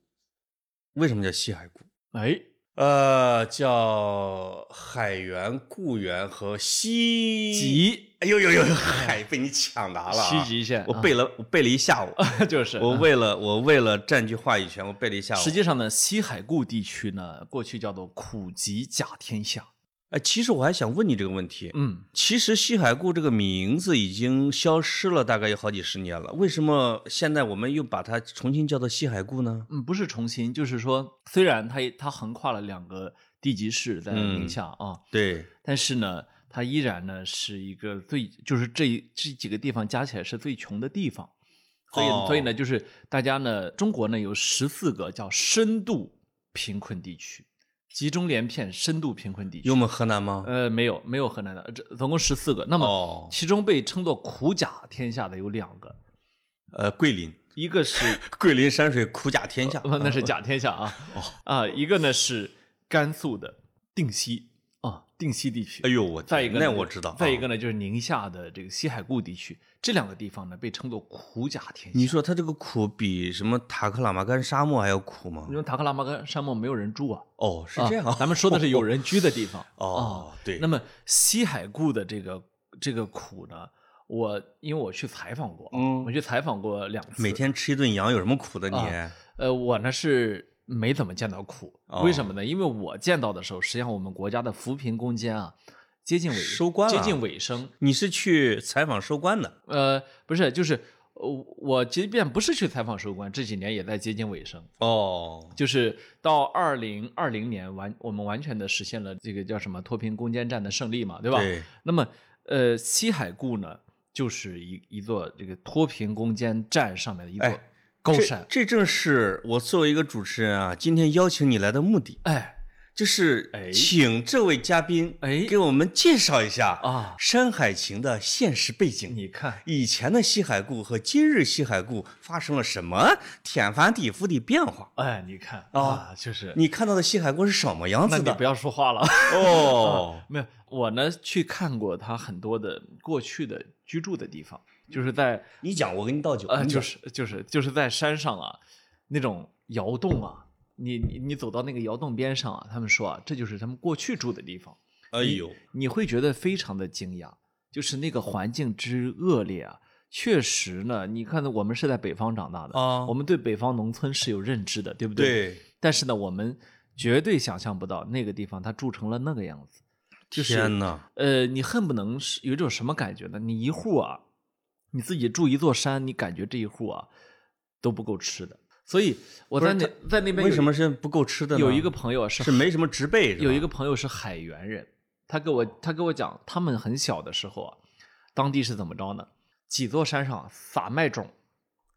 [SPEAKER 1] 为什么叫西海固？
[SPEAKER 2] 哎，
[SPEAKER 1] 呃，叫海员、固员和西
[SPEAKER 2] 吉
[SPEAKER 1] 哎呦呦呦，嗨，被你抢答了、啊。
[SPEAKER 2] 西极限，
[SPEAKER 1] 我背了，我背了一下 午。
[SPEAKER 2] 啊 就是
[SPEAKER 1] 我
[SPEAKER 2] 嗯
[SPEAKER 1] 为了我为了占据话语权，我背了一下午。
[SPEAKER 2] 实际上呢，西海固地区呢，过去叫做苦极甲天下。
[SPEAKER 1] 哎，其实我还想问你这个问题。
[SPEAKER 2] 嗯，
[SPEAKER 1] 其实西海固这个名字已经消失了，大概有好几十年了。为什么现在我们又把它重新叫做西海固呢？
[SPEAKER 2] 嗯，不是重新，就是说，虽然它它横跨了两个地级市在
[SPEAKER 1] 嗯
[SPEAKER 2] 宁夏啊、
[SPEAKER 1] 对，
[SPEAKER 2] 但是呢，它依然呢是一个最就是这这几个地方加起来是最穷的地方，所以、
[SPEAKER 1] 哦
[SPEAKER 2] 所以呢，就是大家呢，中国呢有十四个叫深度贫困地区，集中连片深度贫困地区
[SPEAKER 1] 有我。们河南吗？
[SPEAKER 2] 呃，没有，没有河南的，这总共十四个。那
[SPEAKER 1] 哦
[SPEAKER 2] 么，其中被称作苦甲天下的有两个，
[SPEAKER 1] 呃，桂林，
[SPEAKER 2] 一个是
[SPEAKER 1] 桂林山水苦甲天下。
[SPEAKER 2] 不，那是甲天下啊。
[SPEAKER 1] 哦
[SPEAKER 2] 啊，一个呢是甘肃的定西啊，定西地区。
[SPEAKER 1] 哎呦，我
[SPEAKER 2] 再一个呢
[SPEAKER 1] 那我知道。
[SPEAKER 2] 再一
[SPEAKER 1] 啊
[SPEAKER 2] 个，呢就是宁夏的这个西海固地区，这两个地方呢被称作苦甲天下。
[SPEAKER 1] 你说它这个苦比什么塔克拉玛干沙漠还要苦吗
[SPEAKER 2] 因？为塔克拉玛干沙漠没有人住啊，
[SPEAKER 1] 哦，是
[SPEAKER 2] 啊
[SPEAKER 1] 这样。
[SPEAKER 2] 咱们说的是有人居的地方
[SPEAKER 1] 哦
[SPEAKER 2] 啊
[SPEAKER 1] 对
[SPEAKER 2] 那么西海固的这个这个苦呢，我因为我去采访过啊，
[SPEAKER 1] 嗯
[SPEAKER 2] 我去采访过两次，
[SPEAKER 1] 每天吃一顿羊有什么苦的你？
[SPEAKER 2] 啊呃，我呢是没怎么见到苦，
[SPEAKER 1] 哦
[SPEAKER 2] 为什么呢？因为我见到的时候，实际上我们国家的扶贫攻坚啊，接近尾
[SPEAKER 1] 收官
[SPEAKER 2] 接
[SPEAKER 1] 了啊
[SPEAKER 2] 近尾声。
[SPEAKER 1] 你是去采访收官的？
[SPEAKER 2] 呃，不是，就是呃我即便不是去采访收官，这几年也在接近尾声。
[SPEAKER 1] 哦，
[SPEAKER 2] 就是到二零二零年完，我们完全的实现了这个叫什么脱贫攻坚战的胜利嘛，对吧？
[SPEAKER 1] 对
[SPEAKER 2] 那么，呃，西海固呢，就是一一座这个脱贫攻坚战上面的一座
[SPEAKER 1] 哎
[SPEAKER 2] 高山。
[SPEAKER 1] 这这正是我作为一个主持人啊，今天邀请你来的目的，
[SPEAKER 2] 哎
[SPEAKER 1] 就是
[SPEAKER 2] 哎
[SPEAKER 1] 请这位嘉宾
[SPEAKER 2] 哎
[SPEAKER 1] 给我们介绍一下
[SPEAKER 2] 啊
[SPEAKER 1] 山海情的现实背景。
[SPEAKER 2] 你看，
[SPEAKER 1] 以前的西海固和今日西海固发生了什么天翻地覆的变化？
[SPEAKER 2] 哎，你看
[SPEAKER 1] 啊
[SPEAKER 2] 啊，就是
[SPEAKER 1] 你看到的西海固是什么样
[SPEAKER 2] 那
[SPEAKER 1] 子
[SPEAKER 2] 你
[SPEAKER 1] 的？
[SPEAKER 2] 不要说话了。啊
[SPEAKER 1] 哦，
[SPEAKER 2] 没有，我呢去看过他很多的过去的居住的地方，就是在
[SPEAKER 1] 你讲，我给你倒酒。
[SPEAKER 2] 呃，
[SPEAKER 1] 你
[SPEAKER 2] 就
[SPEAKER 1] 讲
[SPEAKER 2] 是就是就是在山上啊，那种窑洞啊，你你你走到那个窑洞边上啊，他们说啊，这就是他们过去住的地方，
[SPEAKER 1] 哎呦，
[SPEAKER 2] 你会觉得非常的惊讶，就是那个环境之恶劣啊。确实呢，你看我们是在北方长大的
[SPEAKER 1] 啊
[SPEAKER 2] 我们对北方农村是有认知的，对不对？
[SPEAKER 1] 对，
[SPEAKER 2] 但是呢，我们绝对想象不到那个地方它住成了那个样子。就是
[SPEAKER 1] 天哪！
[SPEAKER 2] 呃，你恨不能是有一种什么感觉呢？你一户啊，你自己住一座山，你感觉这一户啊都不够吃的。所以我在那在那边
[SPEAKER 1] 为什么是不够吃的呢？
[SPEAKER 2] 有一个朋友是
[SPEAKER 1] 是没什么植被，是吧
[SPEAKER 2] 有一个朋友是海员人，他给我他给我讲，他们很小的时候啊，当地是怎么着呢？几座山上撒麦种，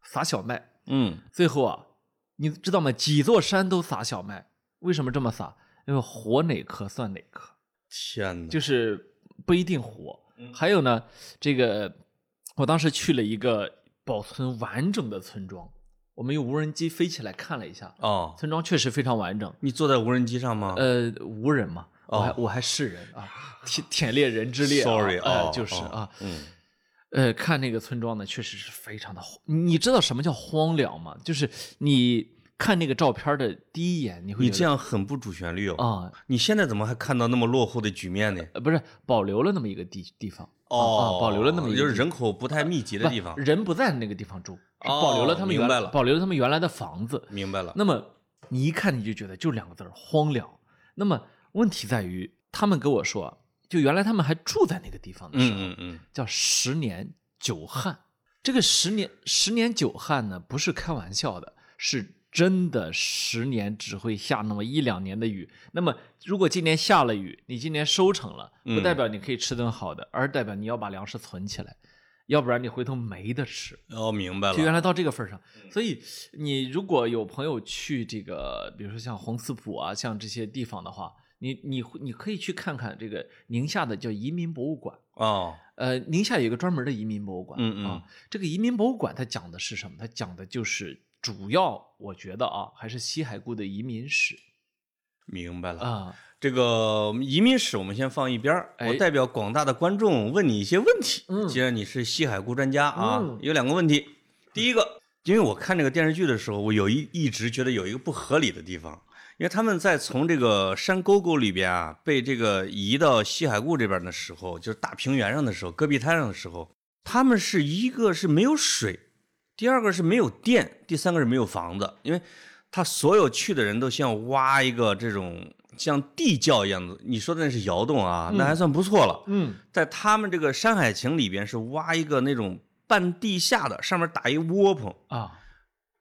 [SPEAKER 2] 撒小麦，
[SPEAKER 1] 嗯
[SPEAKER 2] 最后啊，你知道吗？几座山都撒小麦，为什么这么撒？因为活哪颗算哪颗，
[SPEAKER 1] 天哪，
[SPEAKER 2] 就是不一定活。
[SPEAKER 1] 嗯
[SPEAKER 2] 还有呢，这个我当时去了一个保存完整的村庄，我们用无人机飞起来看了一下，
[SPEAKER 1] 哦，
[SPEAKER 2] 村庄确实非常完整。
[SPEAKER 1] 你坐在无人机上吗？
[SPEAKER 2] 呃，无人嘛，我还、
[SPEAKER 1] 哦
[SPEAKER 2] 我还是人啊，舔舔猎人之猎啊、
[SPEAKER 1] Sorry，
[SPEAKER 2] 呃
[SPEAKER 1] 哦
[SPEAKER 2] 就是
[SPEAKER 1] 哦
[SPEAKER 2] 啊，
[SPEAKER 1] 嗯，
[SPEAKER 2] 呃，看那个村庄呢，确实是非常的荒。你知道什么叫荒凉吗？就是你看那个照片的第一眼，你会
[SPEAKER 1] 你
[SPEAKER 2] 觉
[SPEAKER 1] 这
[SPEAKER 2] 得
[SPEAKER 1] 样很不主旋律哦。
[SPEAKER 2] 啊、
[SPEAKER 1] 你现在怎么还看到那么落后的局面呢？
[SPEAKER 2] 呃不是保留了那么一个地地方啊啊保留了那么一
[SPEAKER 1] 哦
[SPEAKER 2] 个
[SPEAKER 1] 就是
[SPEAKER 2] 地
[SPEAKER 1] 人口不太密集的地方
[SPEAKER 2] 不。人不在那个地方住，是
[SPEAKER 1] 哦
[SPEAKER 2] 保留了他们
[SPEAKER 1] 明
[SPEAKER 2] 原
[SPEAKER 1] 白了
[SPEAKER 2] 保留了他们原来的房子。
[SPEAKER 1] 明白了，
[SPEAKER 2] 那么你一看你就觉得就两个字儿荒凉。那么问题在于，他们跟我说啊，就原来他们还住在那个地方的时候，
[SPEAKER 1] 嗯嗯嗯，
[SPEAKER 2] 叫十年久旱。这个十年十年久旱呢，不是开玩笑的，是真的十年只会下那么一两年的雨。那么如果今年下了雨，你今年收成了，不代表你可以吃顿好的，而代表你要把粮食存起来，要不然你回头没得吃。
[SPEAKER 1] 哦，明白
[SPEAKER 2] 就
[SPEAKER 1] 了
[SPEAKER 2] 原。来到这个份儿上，所以你如果有朋友去这个，比如说像红寺浦啊，像这些地方的话，你你你可以去看看这个宁夏的叫移民博物馆。
[SPEAKER 1] 哦，
[SPEAKER 2] 呃，宁夏有一个专门的移民博物馆，
[SPEAKER 1] 嗯嗯
[SPEAKER 2] 啊，这个移民博物馆它讲的是什么？它讲的就是主要，我觉得啊，还是西海固的移民史
[SPEAKER 1] 明白了。
[SPEAKER 2] 啊。
[SPEAKER 1] 这个移民史我们先放一边儿。
[SPEAKER 2] 哎
[SPEAKER 1] 我代表广大的观众问你一些问题。
[SPEAKER 2] 嗯
[SPEAKER 1] 既然你是西海固专家啊
[SPEAKER 2] 嗯，
[SPEAKER 1] 有两个问题。第一个，因为我看这个电视剧的时候，我有一一直觉得有一个不合理的地方。因为他们在从这个山沟沟里边啊，被这个移到西海固这边的时候，就是大平原上的时候，戈壁滩上的时候，他们是一个是没有水，第二个是没有电，第三个是没有房子，因为他所有去的人都像挖一个这种像地窖一样的，你说的那是窑洞啊，那还算不错了。
[SPEAKER 2] 嗯，
[SPEAKER 1] 在他们这个《山海情》里边是挖一个那种半地下的，上面打一窝棚，
[SPEAKER 2] 啊，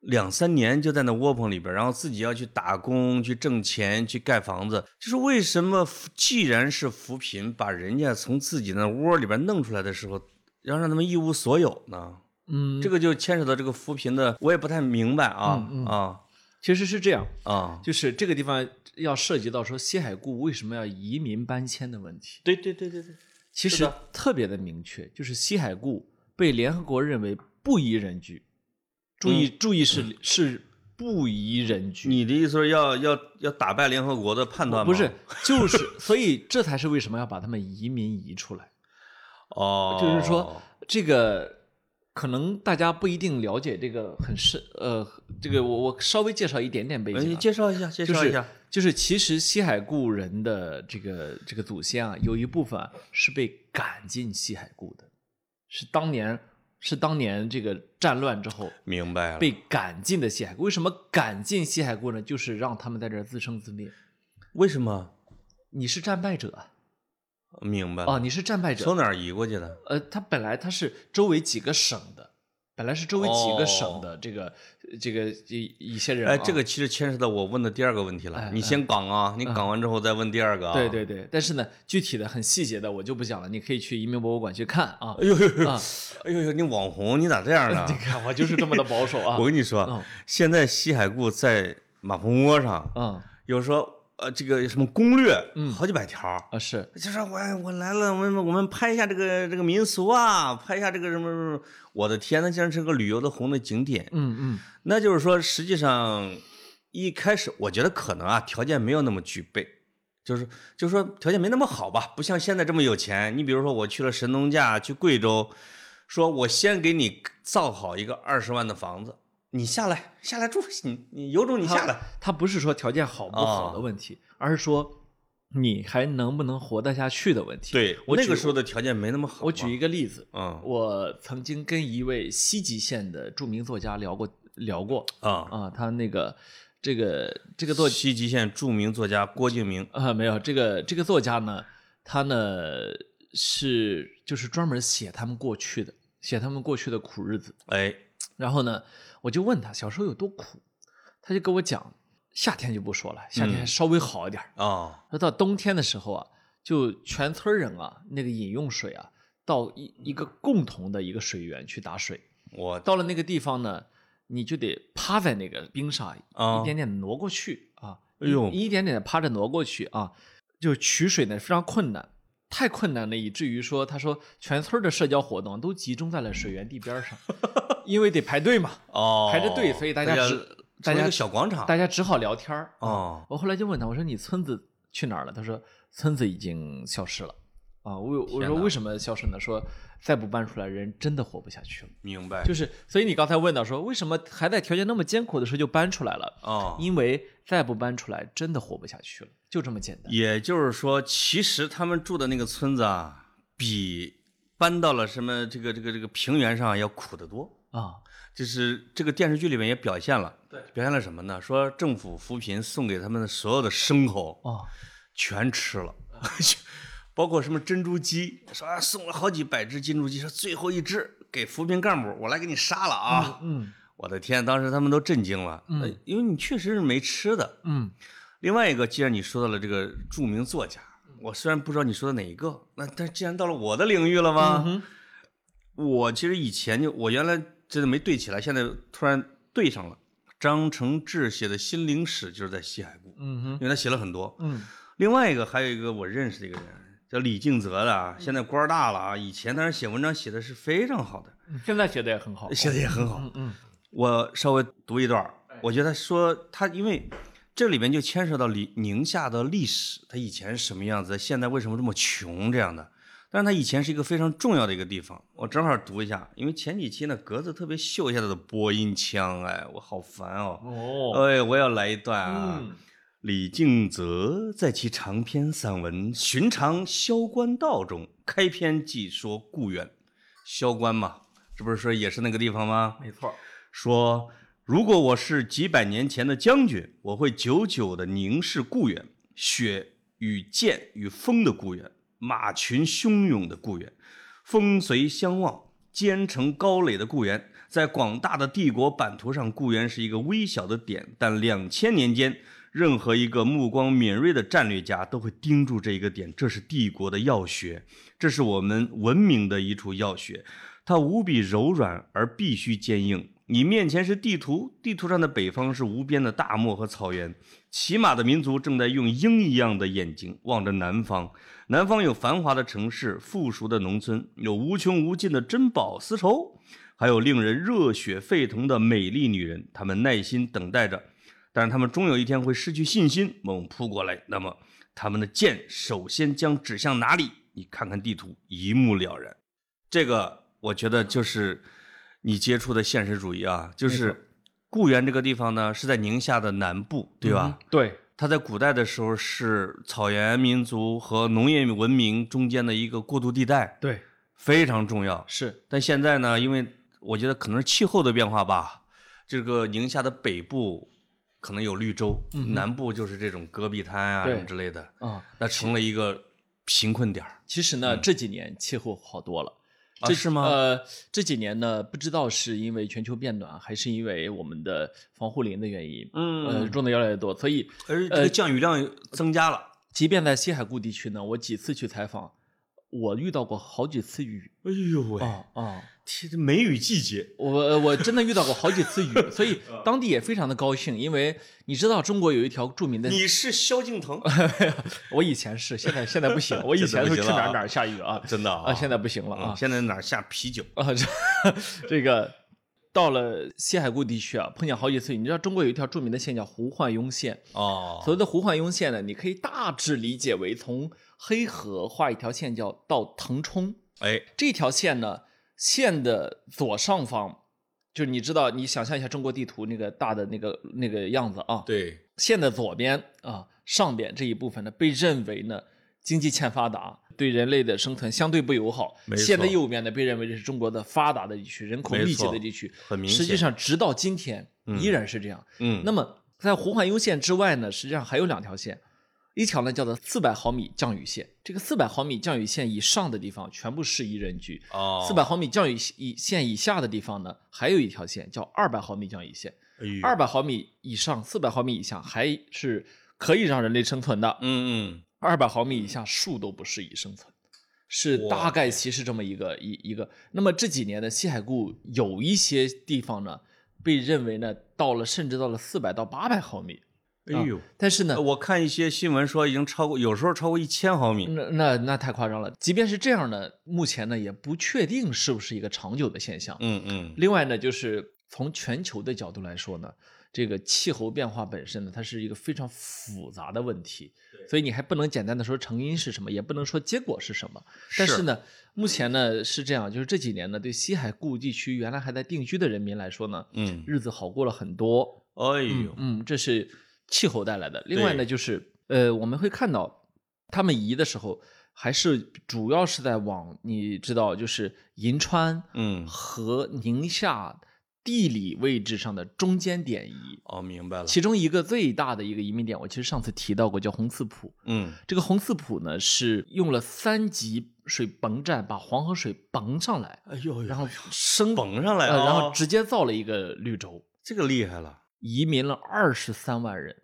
[SPEAKER 1] 两三年就在那窝棚里边，然后自己要去打工、去挣钱、去盖房子。就是为什么扶既然是扶贫，把人家从自己那窝里边弄出来的时候，要让他们一无所有呢？
[SPEAKER 2] 嗯，
[SPEAKER 1] 这个就牵扯到这个扶贫的，我也不太明白啊
[SPEAKER 2] 嗯嗯
[SPEAKER 1] 啊
[SPEAKER 2] 其实是这样，
[SPEAKER 1] 啊！
[SPEAKER 2] 就是这个地方要涉及到说西海固为什么要移民搬迁的问题。
[SPEAKER 1] 对对对对对，
[SPEAKER 2] 其
[SPEAKER 1] 是
[SPEAKER 2] 实
[SPEAKER 1] 的
[SPEAKER 2] 特别的明确，就是西海固被联合国认为不宜人居，注意、注意是是不宜人居，
[SPEAKER 1] 嗯你的意思是要要要打败联合国的判断吗？
[SPEAKER 2] 不是就是所以这才是为什么要把他们移民移出来，
[SPEAKER 1] 哦，
[SPEAKER 2] 就是说这个。可能大家不一定了解这个很深，呃，这个我我稍微介绍一点点背景、
[SPEAKER 1] 哎，
[SPEAKER 2] 啊。
[SPEAKER 1] 你介绍一下，介
[SPEAKER 2] 就
[SPEAKER 1] 绍
[SPEAKER 2] 是
[SPEAKER 1] 一下。
[SPEAKER 2] 就是其实西海固人的这个这个祖先啊，有一部分啊是被赶进西海固的，是当年是当年这个战乱之后
[SPEAKER 1] 明白了，
[SPEAKER 2] 被赶进的西海固。为什么赶进西海固呢？就是让他们在这儿自生自灭。
[SPEAKER 1] 为什么？
[SPEAKER 2] 你是战败者啊
[SPEAKER 1] 明白了
[SPEAKER 2] 哦，，你是战败
[SPEAKER 1] 从
[SPEAKER 2] 者。
[SPEAKER 1] 哪儿移过去的？
[SPEAKER 2] 呃，他本来他是周围几个省的，本来是周围几个省
[SPEAKER 1] 哦
[SPEAKER 2] 的这个、这个一一些人、啊。
[SPEAKER 1] 哎，这个其实牵涉到我问的第二个问题
[SPEAKER 2] 哎嗯
[SPEAKER 1] 了。你先讲啊，你讲完之后再问第二个啊。
[SPEAKER 2] 对对对，但是呢，具体的很细节的我就不讲了，你可以去移民博物馆去看啊。
[SPEAKER 1] 哎呦呦
[SPEAKER 2] 啊
[SPEAKER 1] 呦，哎呦呦，你网红你咋这样呢
[SPEAKER 2] 你？看 我就是这么的保守啊
[SPEAKER 1] 我。跟你说
[SPEAKER 2] 嗯，
[SPEAKER 1] 现在西海固在马蜂窝上，
[SPEAKER 2] 嗯
[SPEAKER 1] 有时候呃这个什么攻略，好几百条儿。
[SPEAKER 2] 啊是，
[SPEAKER 1] 就说我我来了，我们我们拍一下这个这个民俗啊，拍一下这个什么什么，我的天，那竟然是个旅游的红的景点。
[SPEAKER 2] 嗯嗯
[SPEAKER 1] 那就是说，实际上一开始我觉得可能啊，条件没有那么具备，就是就是说条件没那么好吧，不像现在这么有钱。你比如说，我去了神农架，去贵州，说我先给你造好一个二十万的房子，你下来下来住，你你有种你下来。啊
[SPEAKER 2] 他不是说条件好不好的问题，而是说你还能不能活得下去的问题。，
[SPEAKER 1] 对，
[SPEAKER 2] 我
[SPEAKER 1] 那个
[SPEAKER 2] 举
[SPEAKER 1] 时候的条件没那么好嘛。
[SPEAKER 2] 我举一个例子，
[SPEAKER 1] 嗯
[SPEAKER 2] 我曾经跟一位西吉县的著名作家聊过聊过
[SPEAKER 1] 啊，
[SPEAKER 2] 啊，他那个这个这个作
[SPEAKER 1] 西吉县著名作家郭敬明。
[SPEAKER 2] 啊、没有这个这个作家呢，他呢是就是专门写他们过去的，写他们过去的苦日子。
[SPEAKER 1] 哎，
[SPEAKER 2] 然后呢，我就问他小时候有多苦，他就跟我讲，夏天就不说了，夏天还稍微好一点儿。
[SPEAKER 1] 哦，
[SPEAKER 2] 说到冬天的时候啊，就全村人啊，那个饮用水啊，到一一个共同的一个水源去打水。
[SPEAKER 1] 我
[SPEAKER 2] 到了那个地方呢，你就得趴在那个冰上，
[SPEAKER 1] 啊
[SPEAKER 2] 一点点挪过去啊，
[SPEAKER 1] 哎呦
[SPEAKER 2] 一一点点地趴着挪过去啊，就取水呢非常困难，太困难了，以至于说他说全村的社交活动都集中在了水源地边 上，因为得排队嘛，
[SPEAKER 1] 哦
[SPEAKER 2] 排着队所以大家只大
[SPEAKER 1] 成了
[SPEAKER 2] 家
[SPEAKER 1] 一个小广场
[SPEAKER 2] 大家只好聊天儿啊
[SPEAKER 1] 哦
[SPEAKER 2] 我后来就问他，我说你村子去哪儿了？他说村子已经消失了。啊，我我
[SPEAKER 1] 天
[SPEAKER 2] 说
[SPEAKER 1] 哪
[SPEAKER 2] 为什么消失呢？说再不搬出来，人真的活不下去了。
[SPEAKER 1] 明白
[SPEAKER 2] 就是，所以你刚才问到说，为什么还在条件那么艰苦的时候就搬出来了？
[SPEAKER 1] 哦，
[SPEAKER 2] 因为再不搬出来，真的活不下去了，就这么简单。
[SPEAKER 1] 也就是说，其实他们住的那个村子啊，比搬到了什么这个这个这个平原上要苦得多。
[SPEAKER 2] 啊，
[SPEAKER 1] 就是这个电视剧里面也表现了，对，表现了什么呢？说政府扶贫送给他们的所有的牲口
[SPEAKER 2] 哦，
[SPEAKER 1] 全吃了， 包括什么珍珠鸡，说啊送了好几百只珍珠鸡，说最后一只给扶贫干部，我来给你杀了啊！
[SPEAKER 2] 嗯
[SPEAKER 1] 我的天，当时他们都震惊了，
[SPEAKER 2] 嗯
[SPEAKER 1] 呃因为你确实是没吃的，
[SPEAKER 2] 嗯
[SPEAKER 1] 另外一个，既然你说到了这个著名作家，我虽然不知道你说的哪一个，那但既然到了我的领域了吗？
[SPEAKER 2] 嗯
[SPEAKER 1] 我其实以前就我原来真的没对起来，现在突然对上了。张承志写的《心灵史》就是在西海固，
[SPEAKER 2] 嗯哼
[SPEAKER 1] 因为他写了很多。
[SPEAKER 2] 嗯
[SPEAKER 1] 另外一个还有一个我认识的一个人叫李敬泽的啊，现在官儿大了啊，以前当时写文章写的是非常好的，
[SPEAKER 2] 嗯，现在写的也很好。
[SPEAKER 1] 写的也很好。
[SPEAKER 2] 嗯嗯
[SPEAKER 1] 我稍微读一段儿，
[SPEAKER 2] 哎
[SPEAKER 1] 我觉得说他因为这里面就牵涉到李宁夏的历史，他以前是什么样子，现在为什么这么穷这样的。但是他以前是一个非常重要的一个地方，我正好读一下，因为前几期呢格子特别秀一下他的播音腔，哎，我好烦哦。
[SPEAKER 2] 哦，
[SPEAKER 1] 哎，我要来一段啊。
[SPEAKER 2] 嗯
[SPEAKER 1] 李敬泽在其长篇散文《寻常萧关道》中，开篇即说故园，萧关嘛，这不是说也是那个地方吗？
[SPEAKER 2] 没错。
[SPEAKER 1] 说如果我是几百年前的将军，我会久久地凝视故园，雪与剑与风的故园，马群汹涌的故园，风随相望，坚城高垒的故园。在广大的帝国版图上，故园是一个微小的点，但两千年间，任何一个目光敏锐的战略家都会盯住这一个点，这是帝国的要学，这是我们文明的一处要学。它无比柔软而必须坚硬。你面前是地图，地图上的北方是无边的大漠和草原。骑马的民族正在用鹰一样的眼睛望着南方，南方有繁华的城市，富庶的农村，有无穷无尽的珍宝丝绸，还有令人热血沸腾的美丽女人。她们耐心等待着，但是她们终有一天会失去信心，猛扑过来。那么，他们的剑首先将指向哪里？你看看地图，一目了然。这个我觉得就是你接触的现实主义啊，就是固原这个地方呢是在宁夏的南部，对吧？
[SPEAKER 2] 嗯对，
[SPEAKER 1] 它在古代的时候是草原民族和农业文明中间的一个过渡地带，
[SPEAKER 2] 对，
[SPEAKER 1] 非常重要。
[SPEAKER 2] 是，
[SPEAKER 1] 但现在呢，因为我觉得可能是气候的变化吧，这个宁夏的北部可能有绿洲，南部就是这种戈壁滩啊
[SPEAKER 2] 对
[SPEAKER 1] 什么之类的，
[SPEAKER 2] 啊。
[SPEAKER 1] 那成了一个贫困点儿
[SPEAKER 2] 其实呢，这几年气候好多了。
[SPEAKER 1] 啊
[SPEAKER 2] 这
[SPEAKER 1] 是吗
[SPEAKER 2] 呃，这几年呢，不知道是因为全球变暖，还是因为我们的防护林的原因，
[SPEAKER 1] 嗯
[SPEAKER 2] 呃，种的越来越多，所以
[SPEAKER 1] 而这个降雨量增加了。
[SPEAKER 2] 即便在西海固地区呢，我几次去采访，我遇到过好几次雨
[SPEAKER 1] 哎呦喂！
[SPEAKER 2] 啊啊！
[SPEAKER 1] 天，这梅雨季节，
[SPEAKER 2] 我呃我真的遇到过好几次雨，所以
[SPEAKER 1] 嗯
[SPEAKER 2] 当地也非常的高兴，因为你知道中国有一条著名的，
[SPEAKER 1] 你是萧敬 腾，
[SPEAKER 2] 我以前是，现在现在不 行，我以前
[SPEAKER 1] 现在不
[SPEAKER 2] 是去
[SPEAKER 1] 行
[SPEAKER 2] 哪
[SPEAKER 1] 了哦
[SPEAKER 2] 儿哪儿下 雨啊
[SPEAKER 1] 真的
[SPEAKER 2] 啊，现在不行了啊
[SPEAKER 1] 嗯，现在哪儿下啤酒？
[SPEAKER 2] 啊，这这个到了西海固地区啊，碰见好几次雨。你知道中国有一条著名的线叫胡焕庸线，
[SPEAKER 1] 哦
[SPEAKER 2] 所谓的胡焕庸线呢，你可以大致理解为从黑河画一条线叫到腾冲
[SPEAKER 1] 哎，
[SPEAKER 2] 这条线呢，线的左上方，就你知道，你想象一下中国地图那个大的那个那个样子啊，
[SPEAKER 1] 对，
[SPEAKER 2] 线的左边啊上边这一部分呢，被认为呢经济欠发达，对人类的生存相对不友好
[SPEAKER 1] 没；错
[SPEAKER 2] 线的右边呢，被认为这是中国的发达的地区、人口密集的地区。
[SPEAKER 1] 很明显。
[SPEAKER 2] 实际，上，直到今天
[SPEAKER 1] 嗯
[SPEAKER 2] 依然是这样。
[SPEAKER 1] 嗯，
[SPEAKER 2] 那么，在胡焕庸线之外呢，实际上还有两条线，一条呢叫做四百毫米降雨线。这个四百毫米降雨线以上的地方全部适宜人居，
[SPEAKER 1] 哦，
[SPEAKER 2] 四百，毫米降雨以线以下的地方呢，还有一条线叫二百毫米降雨线。
[SPEAKER 1] 哎呦
[SPEAKER 2] 二百毫米以上、四百毫米以下还是可以让人类生存的，
[SPEAKER 1] 嗯嗯，
[SPEAKER 2] 二百毫米以下树都不适宜生存，是
[SPEAKER 1] 哇
[SPEAKER 2] 大概其是这么一个一一个。那么这几年呢，西海固有一些地方呢，被认为呢到了甚至到了四百到八百毫米，
[SPEAKER 1] 哎呦，
[SPEAKER 2] 但是呢
[SPEAKER 1] 呃，我看一些新闻说已经超过，有时候超过一千毫米。
[SPEAKER 2] 那那那太夸张了。即便是这样呢，目前呢也不确定是不是一个长久的现象。
[SPEAKER 1] 嗯嗯，
[SPEAKER 2] 另外呢，就是从全球的角度来说呢，这个气候变化本身呢，它是一个非常复杂的问题，所以你还不能简单的说成因是什么，也不能说结果是什么。但
[SPEAKER 1] 是
[SPEAKER 2] 是呢，目前呢是这样，就是这几年呢，对西海固地区原来还在定居的人民来说呢，
[SPEAKER 1] 嗯，
[SPEAKER 2] 日子好过了很多。
[SPEAKER 1] 哎
[SPEAKER 2] 嗯
[SPEAKER 1] 呦，
[SPEAKER 2] 嗯，这是气候带来的。另外呢，
[SPEAKER 1] 对
[SPEAKER 2] 就是呃，我们会看到他们移的时候，还是主要是在往你知道，就是银川
[SPEAKER 1] 嗯，
[SPEAKER 2] 和宁夏地理位置上的中间点移。
[SPEAKER 1] 哦，明白了。
[SPEAKER 2] 其中一个最大的一个移民点，我其实上次提到过，叫红四浦。
[SPEAKER 1] 嗯，
[SPEAKER 2] 这个红四浦呢，是用了三级水泵站把黄河水泵上来，
[SPEAKER 1] 哎呦，
[SPEAKER 2] 然后升
[SPEAKER 1] 蹦上来
[SPEAKER 2] 呃
[SPEAKER 1] 啊，
[SPEAKER 2] 然后直接造了一个绿洲。
[SPEAKER 1] 这个厉害了。
[SPEAKER 2] 移民了二十三万人，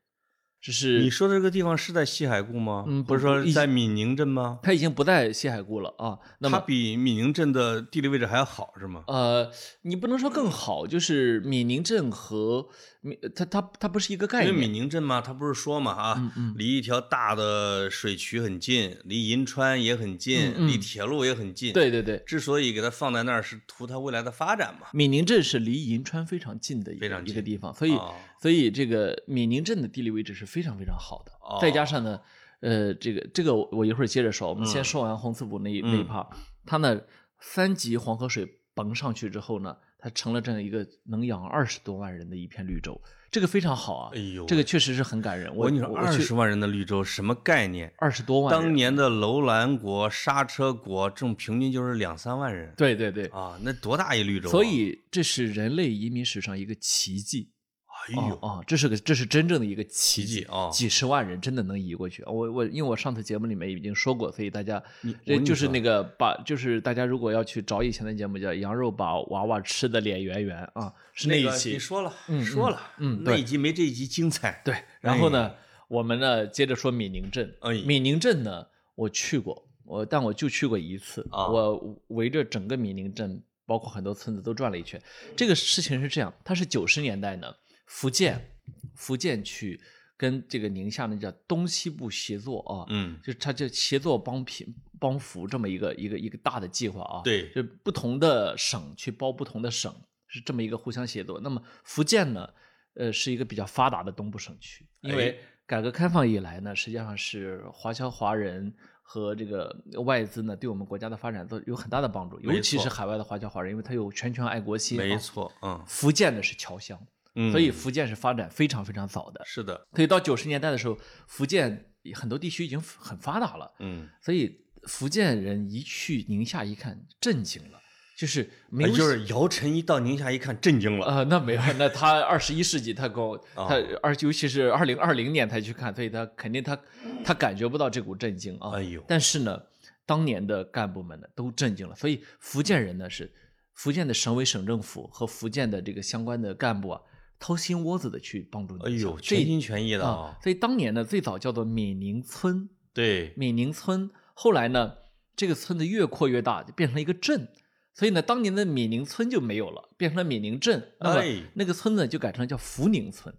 [SPEAKER 2] 这是
[SPEAKER 1] 你说的这个地方是在西海固吗？
[SPEAKER 2] 嗯
[SPEAKER 1] 不是
[SPEAKER 2] 不
[SPEAKER 1] 说
[SPEAKER 2] 已经
[SPEAKER 1] 在闽宁镇吗？
[SPEAKER 2] 他已经不在西海固了啊。那
[SPEAKER 1] 它
[SPEAKER 2] 么
[SPEAKER 1] 比闽宁镇的地理位置还要好是吗？
[SPEAKER 2] 呃，你不能说更好，就是闽宁镇和闽，呃它它它不是一个概
[SPEAKER 1] 因为
[SPEAKER 2] 念。
[SPEAKER 1] 闽宁镇嘛，它不是说嘛啊，
[SPEAKER 2] 嗯嗯
[SPEAKER 1] 离一条大的水渠很近，离银川也很近，
[SPEAKER 2] 嗯嗯
[SPEAKER 1] 离铁路也很近。，
[SPEAKER 2] 对对对，
[SPEAKER 1] 之所以给它放在那儿，是图它未来的发展嘛。
[SPEAKER 2] 闽宁镇是离银川非常近的一
[SPEAKER 1] 非
[SPEAKER 2] 个
[SPEAKER 1] 常
[SPEAKER 2] 一个
[SPEAKER 1] 近
[SPEAKER 2] 地方，所以、
[SPEAKER 1] 哦
[SPEAKER 2] 所以这个闽宁镇的地理位置是非常非常好的。
[SPEAKER 1] 哦
[SPEAKER 2] 再加上呢，呃，这个这个我我一会儿接着说，我们
[SPEAKER 1] 嗯
[SPEAKER 2] 先说完红四浦那一、那一
[SPEAKER 1] 嗯
[SPEAKER 2] part，它呢三级黄河水崩上去之后呢，它成了这样一个能养二十多万人的一片绿洲，这个非常好啊。
[SPEAKER 1] 哎呦
[SPEAKER 2] 这
[SPEAKER 1] 喂
[SPEAKER 2] 个确实是很感人。
[SPEAKER 1] 我
[SPEAKER 2] 我
[SPEAKER 1] 跟你说，二十万人的绿洲什么概念？
[SPEAKER 2] 二十多万人，
[SPEAKER 1] 当年的楼兰国、刹车国，这种平均就是两三万人。
[SPEAKER 2] 对对对，
[SPEAKER 1] 啊，那多大一绿洲啊、
[SPEAKER 2] 所以这是人类移民史上一个奇迹。
[SPEAKER 1] 哎
[SPEAKER 2] 啊、
[SPEAKER 1] 呦，
[SPEAKER 2] 啊，这是个这是真正的一个奇
[SPEAKER 1] 奇迹啊
[SPEAKER 2] 几十万人真的能移过去。我我因为我上次节目里面已经说过，所以大家
[SPEAKER 1] 你我
[SPEAKER 2] 这
[SPEAKER 1] 跟你
[SPEAKER 2] 就是
[SPEAKER 1] 说
[SPEAKER 2] 那个把就是大家如果要去找以前的节目叫《羊肉把娃娃吃的脸圆圆》啊，是
[SPEAKER 1] 那
[SPEAKER 2] 一
[SPEAKER 1] 个
[SPEAKER 2] 期
[SPEAKER 1] 你。说了，
[SPEAKER 2] 嗯
[SPEAKER 1] 说了，
[SPEAKER 2] 嗯嗯
[SPEAKER 1] 那
[SPEAKER 2] 对
[SPEAKER 1] 一集没这一集精彩。
[SPEAKER 2] 对，然后呢，我们呢接着说闽宁镇
[SPEAKER 1] 哎。
[SPEAKER 2] 闽宁镇呢，我去过，我但我就去过一次。
[SPEAKER 1] 啊
[SPEAKER 2] 我围着整个闽宁镇，包括很多村子都转了一圈。这个事情是这样，它是九十年代呢，福建福建区跟这个宁夏那叫东西部协作啊，
[SPEAKER 1] 嗯，
[SPEAKER 2] 就它就协作帮贫帮扶这么一个一个一个大的计划啊。
[SPEAKER 1] 对
[SPEAKER 2] 就不同的省去包不同的省，是这么一个互相协作。那么福建呢，呃，是一个比较发达的东部省区，因为改革开放以来呢，实际上是华侨华人。和这个外资呢，对我们国家的发展都有很大的帮助，
[SPEAKER 1] 没
[SPEAKER 2] 尤其
[SPEAKER 1] 错
[SPEAKER 2] 是海外的华侨华人，因为他有全权爱国心、啊
[SPEAKER 1] 没。错，嗯
[SPEAKER 2] 福建呢是侨乡，
[SPEAKER 1] 嗯，
[SPEAKER 2] 所以福建是发展非常非常早的。
[SPEAKER 1] 是的，
[SPEAKER 2] 所以到九十年代的时候，福建很多地区已经很发达了，
[SPEAKER 1] 嗯，
[SPEAKER 2] 所以福建人一去宁夏一看，震惊了，就是没
[SPEAKER 1] 哎
[SPEAKER 2] 有、
[SPEAKER 1] 就是姚晨一到宁夏一看，震惊了。
[SPEAKER 2] 呃，那没有，那他二十一世纪他 跟我
[SPEAKER 1] 啊
[SPEAKER 2] 他二，尤其是二零二零年他去看，所以他肯定他他感觉不到这股震惊啊。
[SPEAKER 1] 哎呦
[SPEAKER 2] 但是呢，当年的干部们呢都震惊了，所以福建人呢是福建的省委省政府和福建的这个相关的干部啊，掏心窝子的去帮助
[SPEAKER 1] 哎
[SPEAKER 2] 宁夏。
[SPEAKER 1] 呦，
[SPEAKER 2] 这
[SPEAKER 1] 全心全意的
[SPEAKER 2] 啊，！所以当年呢，最早叫做闽宁村，
[SPEAKER 1] 对，
[SPEAKER 2] 闽宁村，后来呢，这个村子越扩越大，就变成了一个镇。所以呢，当年的闽宁村就没有了，变成了闽宁镇。那么、
[SPEAKER 1] 哎
[SPEAKER 2] 那个村子就改成了叫福宁村，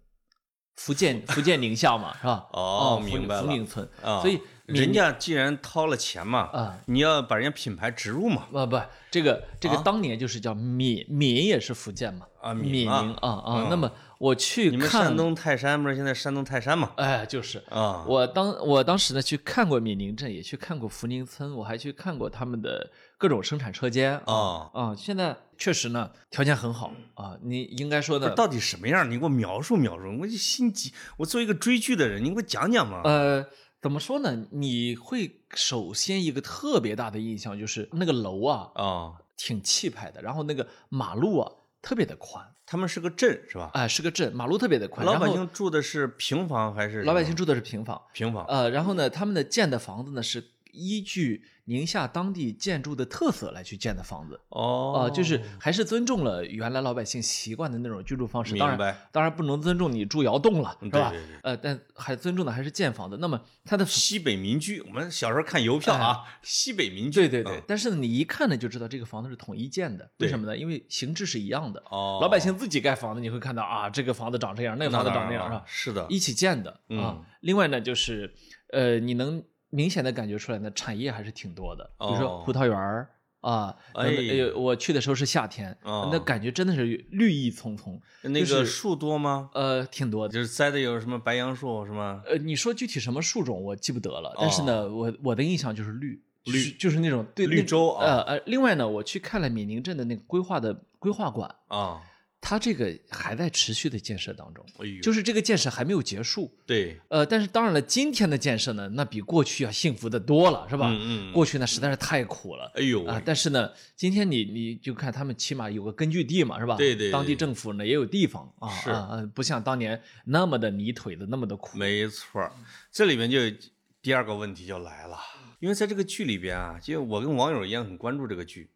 [SPEAKER 2] 福建福建宁夏嘛，是吧？
[SPEAKER 1] 哦
[SPEAKER 2] 福
[SPEAKER 1] 明白了
[SPEAKER 2] 福宁村，
[SPEAKER 1] 啊，
[SPEAKER 2] 所以闽
[SPEAKER 1] 人
[SPEAKER 2] 宁
[SPEAKER 1] 家既然掏了钱嘛，
[SPEAKER 2] 啊。
[SPEAKER 1] 你要把人家品牌植入嘛，
[SPEAKER 2] 不不，这个这个
[SPEAKER 1] 啊
[SPEAKER 2] 当年就是叫闽闽也是福建嘛，
[SPEAKER 1] 啊闽
[SPEAKER 2] 闽宁
[SPEAKER 1] 啊
[SPEAKER 2] 啊啊
[SPEAKER 1] 嗯。
[SPEAKER 2] 那么我去
[SPEAKER 1] 你们
[SPEAKER 2] 看
[SPEAKER 1] 山，东泰山不是现在山东泰山嘛？
[SPEAKER 2] 哎，就是
[SPEAKER 1] 啊，
[SPEAKER 2] 我当我当时呢去看过闽宁镇，也去看过福宁村，我还去看过他们的各种生产车间
[SPEAKER 1] 啊
[SPEAKER 2] 啊、现在确实呢条件很好啊，你应该说
[SPEAKER 1] 不
[SPEAKER 2] 呢
[SPEAKER 1] 是，到底什么样？你给我描述描述，我就心急。我作为一个追剧的人，你给我讲讲嘛。
[SPEAKER 2] 呃，怎么说呢？你会首先一个特别大的印象就是那个楼啊
[SPEAKER 1] 啊，
[SPEAKER 2] 挺气派的，然后那个马路啊特别的宽，
[SPEAKER 1] 他们是个镇是吧？
[SPEAKER 2] 哎、是个镇，马路特别的宽，
[SPEAKER 1] 老
[SPEAKER 2] 然
[SPEAKER 1] 百
[SPEAKER 2] 后
[SPEAKER 1] 姓住的是平房还是什么？哦
[SPEAKER 2] 老百姓住的是平房，啊
[SPEAKER 1] 平房
[SPEAKER 2] 呃，然后呢，他们的建的房子呢是依据宁夏当地建筑的特色来去建的房子。
[SPEAKER 1] 哦
[SPEAKER 2] 啊、就是还是尊重了原来老百姓习惯的那种居住方式。当
[SPEAKER 1] 明
[SPEAKER 2] 然
[SPEAKER 1] 白，
[SPEAKER 2] 当然不能尊重你住窑洞了，是
[SPEAKER 1] 嗯
[SPEAKER 2] 吧？
[SPEAKER 1] 对对对
[SPEAKER 2] 呃，但还尊重的还是建房子。那么 它的
[SPEAKER 1] 西北民居，我们小时候看邮票啊，西北民居，
[SPEAKER 2] 哎对对对，
[SPEAKER 1] 嗯，
[SPEAKER 2] 但是呢你一看呢就知道这个房子是统一建的，为
[SPEAKER 1] 对
[SPEAKER 2] 什么呢？因为形制是一样的。
[SPEAKER 1] 哦，
[SPEAKER 2] 老百姓自己盖房子，你会看到啊，这个房子长这样，那个
[SPEAKER 1] 那
[SPEAKER 2] 房子
[SPEAKER 1] 当
[SPEAKER 2] 长
[SPEAKER 1] 然
[SPEAKER 2] 那样，是
[SPEAKER 1] 了
[SPEAKER 2] 吧，？
[SPEAKER 1] 是的，
[SPEAKER 2] 一起建的啊
[SPEAKER 1] 嗯。
[SPEAKER 2] 另外呢，就是呃，你能明显的感觉出来呢，产业还是挺多的，比如说
[SPEAKER 1] 哦
[SPEAKER 2] 葡萄园儿啊。那
[SPEAKER 1] 哎
[SPEAKER 2] 哎呦，我去的时候是夏天，
[SPEAKER 1] 哦
[SPEAKER 2] 那感觉真的是绿意葱葱，
[SPEAKER 1] 那
[SPEAKER 2] 就是
[SPEAKER 1] 个树多吗？
[SPEAKER 2] 呃，挺多的。
[SPEAKER 1] 就是栽的有什么白杨树是吗？
[SPEAKER 2] 呃，你说具体什么树种我记不得了，但是呢，我我的印象就是绿
[SPEAKER 1] 哦绿
[SPEAKER 2] 就是就是那种对
[SPEAKER 1] 绿
[SPEAKER 2] 那
[SPEAKER 1] 洲啊
[SPEAKER 2] 呃呃，另外呢，我去看了闽宁镇的那个规划的规划馆，
[SPEAKER 1] 啊，
[SPEAKER 2] 它这个还在持续的建设当中，
[SPEAKER 1] 哎呦，
[SPEAKER 2] 就是是这个建设还没有结束。
[SPEAKER 1] 对，
[SPEAKER 2] 呃，但是当然了，今天的建设呢，那比过去要幸福的多了，是吧？
[SPEAKER 1] 嗯嗯嗯
[SPEAKER 2] 过去呢实在是太苦了。
[SPEAKER 1] 哎呦
[SPEAKER 2] 啊，但是呢，今天你你就看他们起码有个根据地嘛，是吧？
[SPEAKER 1] 对对对
[SPEAKER 2] 当地政府呢也有地方啊，
[SPEAKER 1] 是
[SPEAKER 2] 啊啊，不像当年那么的泥腿子，那么的苦。
[SPEAKER 1] 没错儿，这里面就有第二个问题就来了，因为在这个剧里边啊，就我跟网友一样很关注这个剧，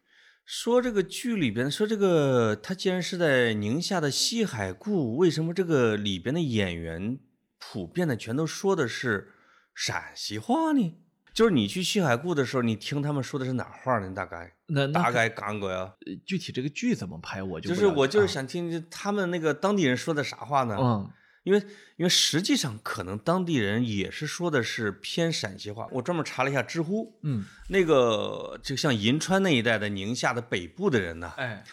[SPEAKER 1] 说这个剧里边说这个他既然是在宁夏的西海固，为什么这个里边的演员普遍的全都说的是陕西话呢？就是你去西海固的时候，你听他们说的是哪话呢？大概
[SPEAKER 2] 那那
[SPEAKER 1] 大概讲过呀？
[SPEAKER 2] 呃具体这个剧怎么拍，我就
[SPEAKER 1] 就
[SPEAKER 2] 不
[SPEAKER 1] 是
[SPEAKER 2] 了解
[SPEAKER 1] 我就是
[SPEAKER 2] 啊
[SPEAKER 1] 想听他们那个当地人说的啥话呢？
[SPEAKER 2] 嗯，
[SPEAKER 1] 因为因为实际上可能当地人也是说的是偏陕西话。我专门查了一下知乎，
[SPEAKER 2] 嗯，
[SPEAKER 1] 那个就像银川那一带的宁夏的北部的人呢，
[SPEAKER 2] 哎，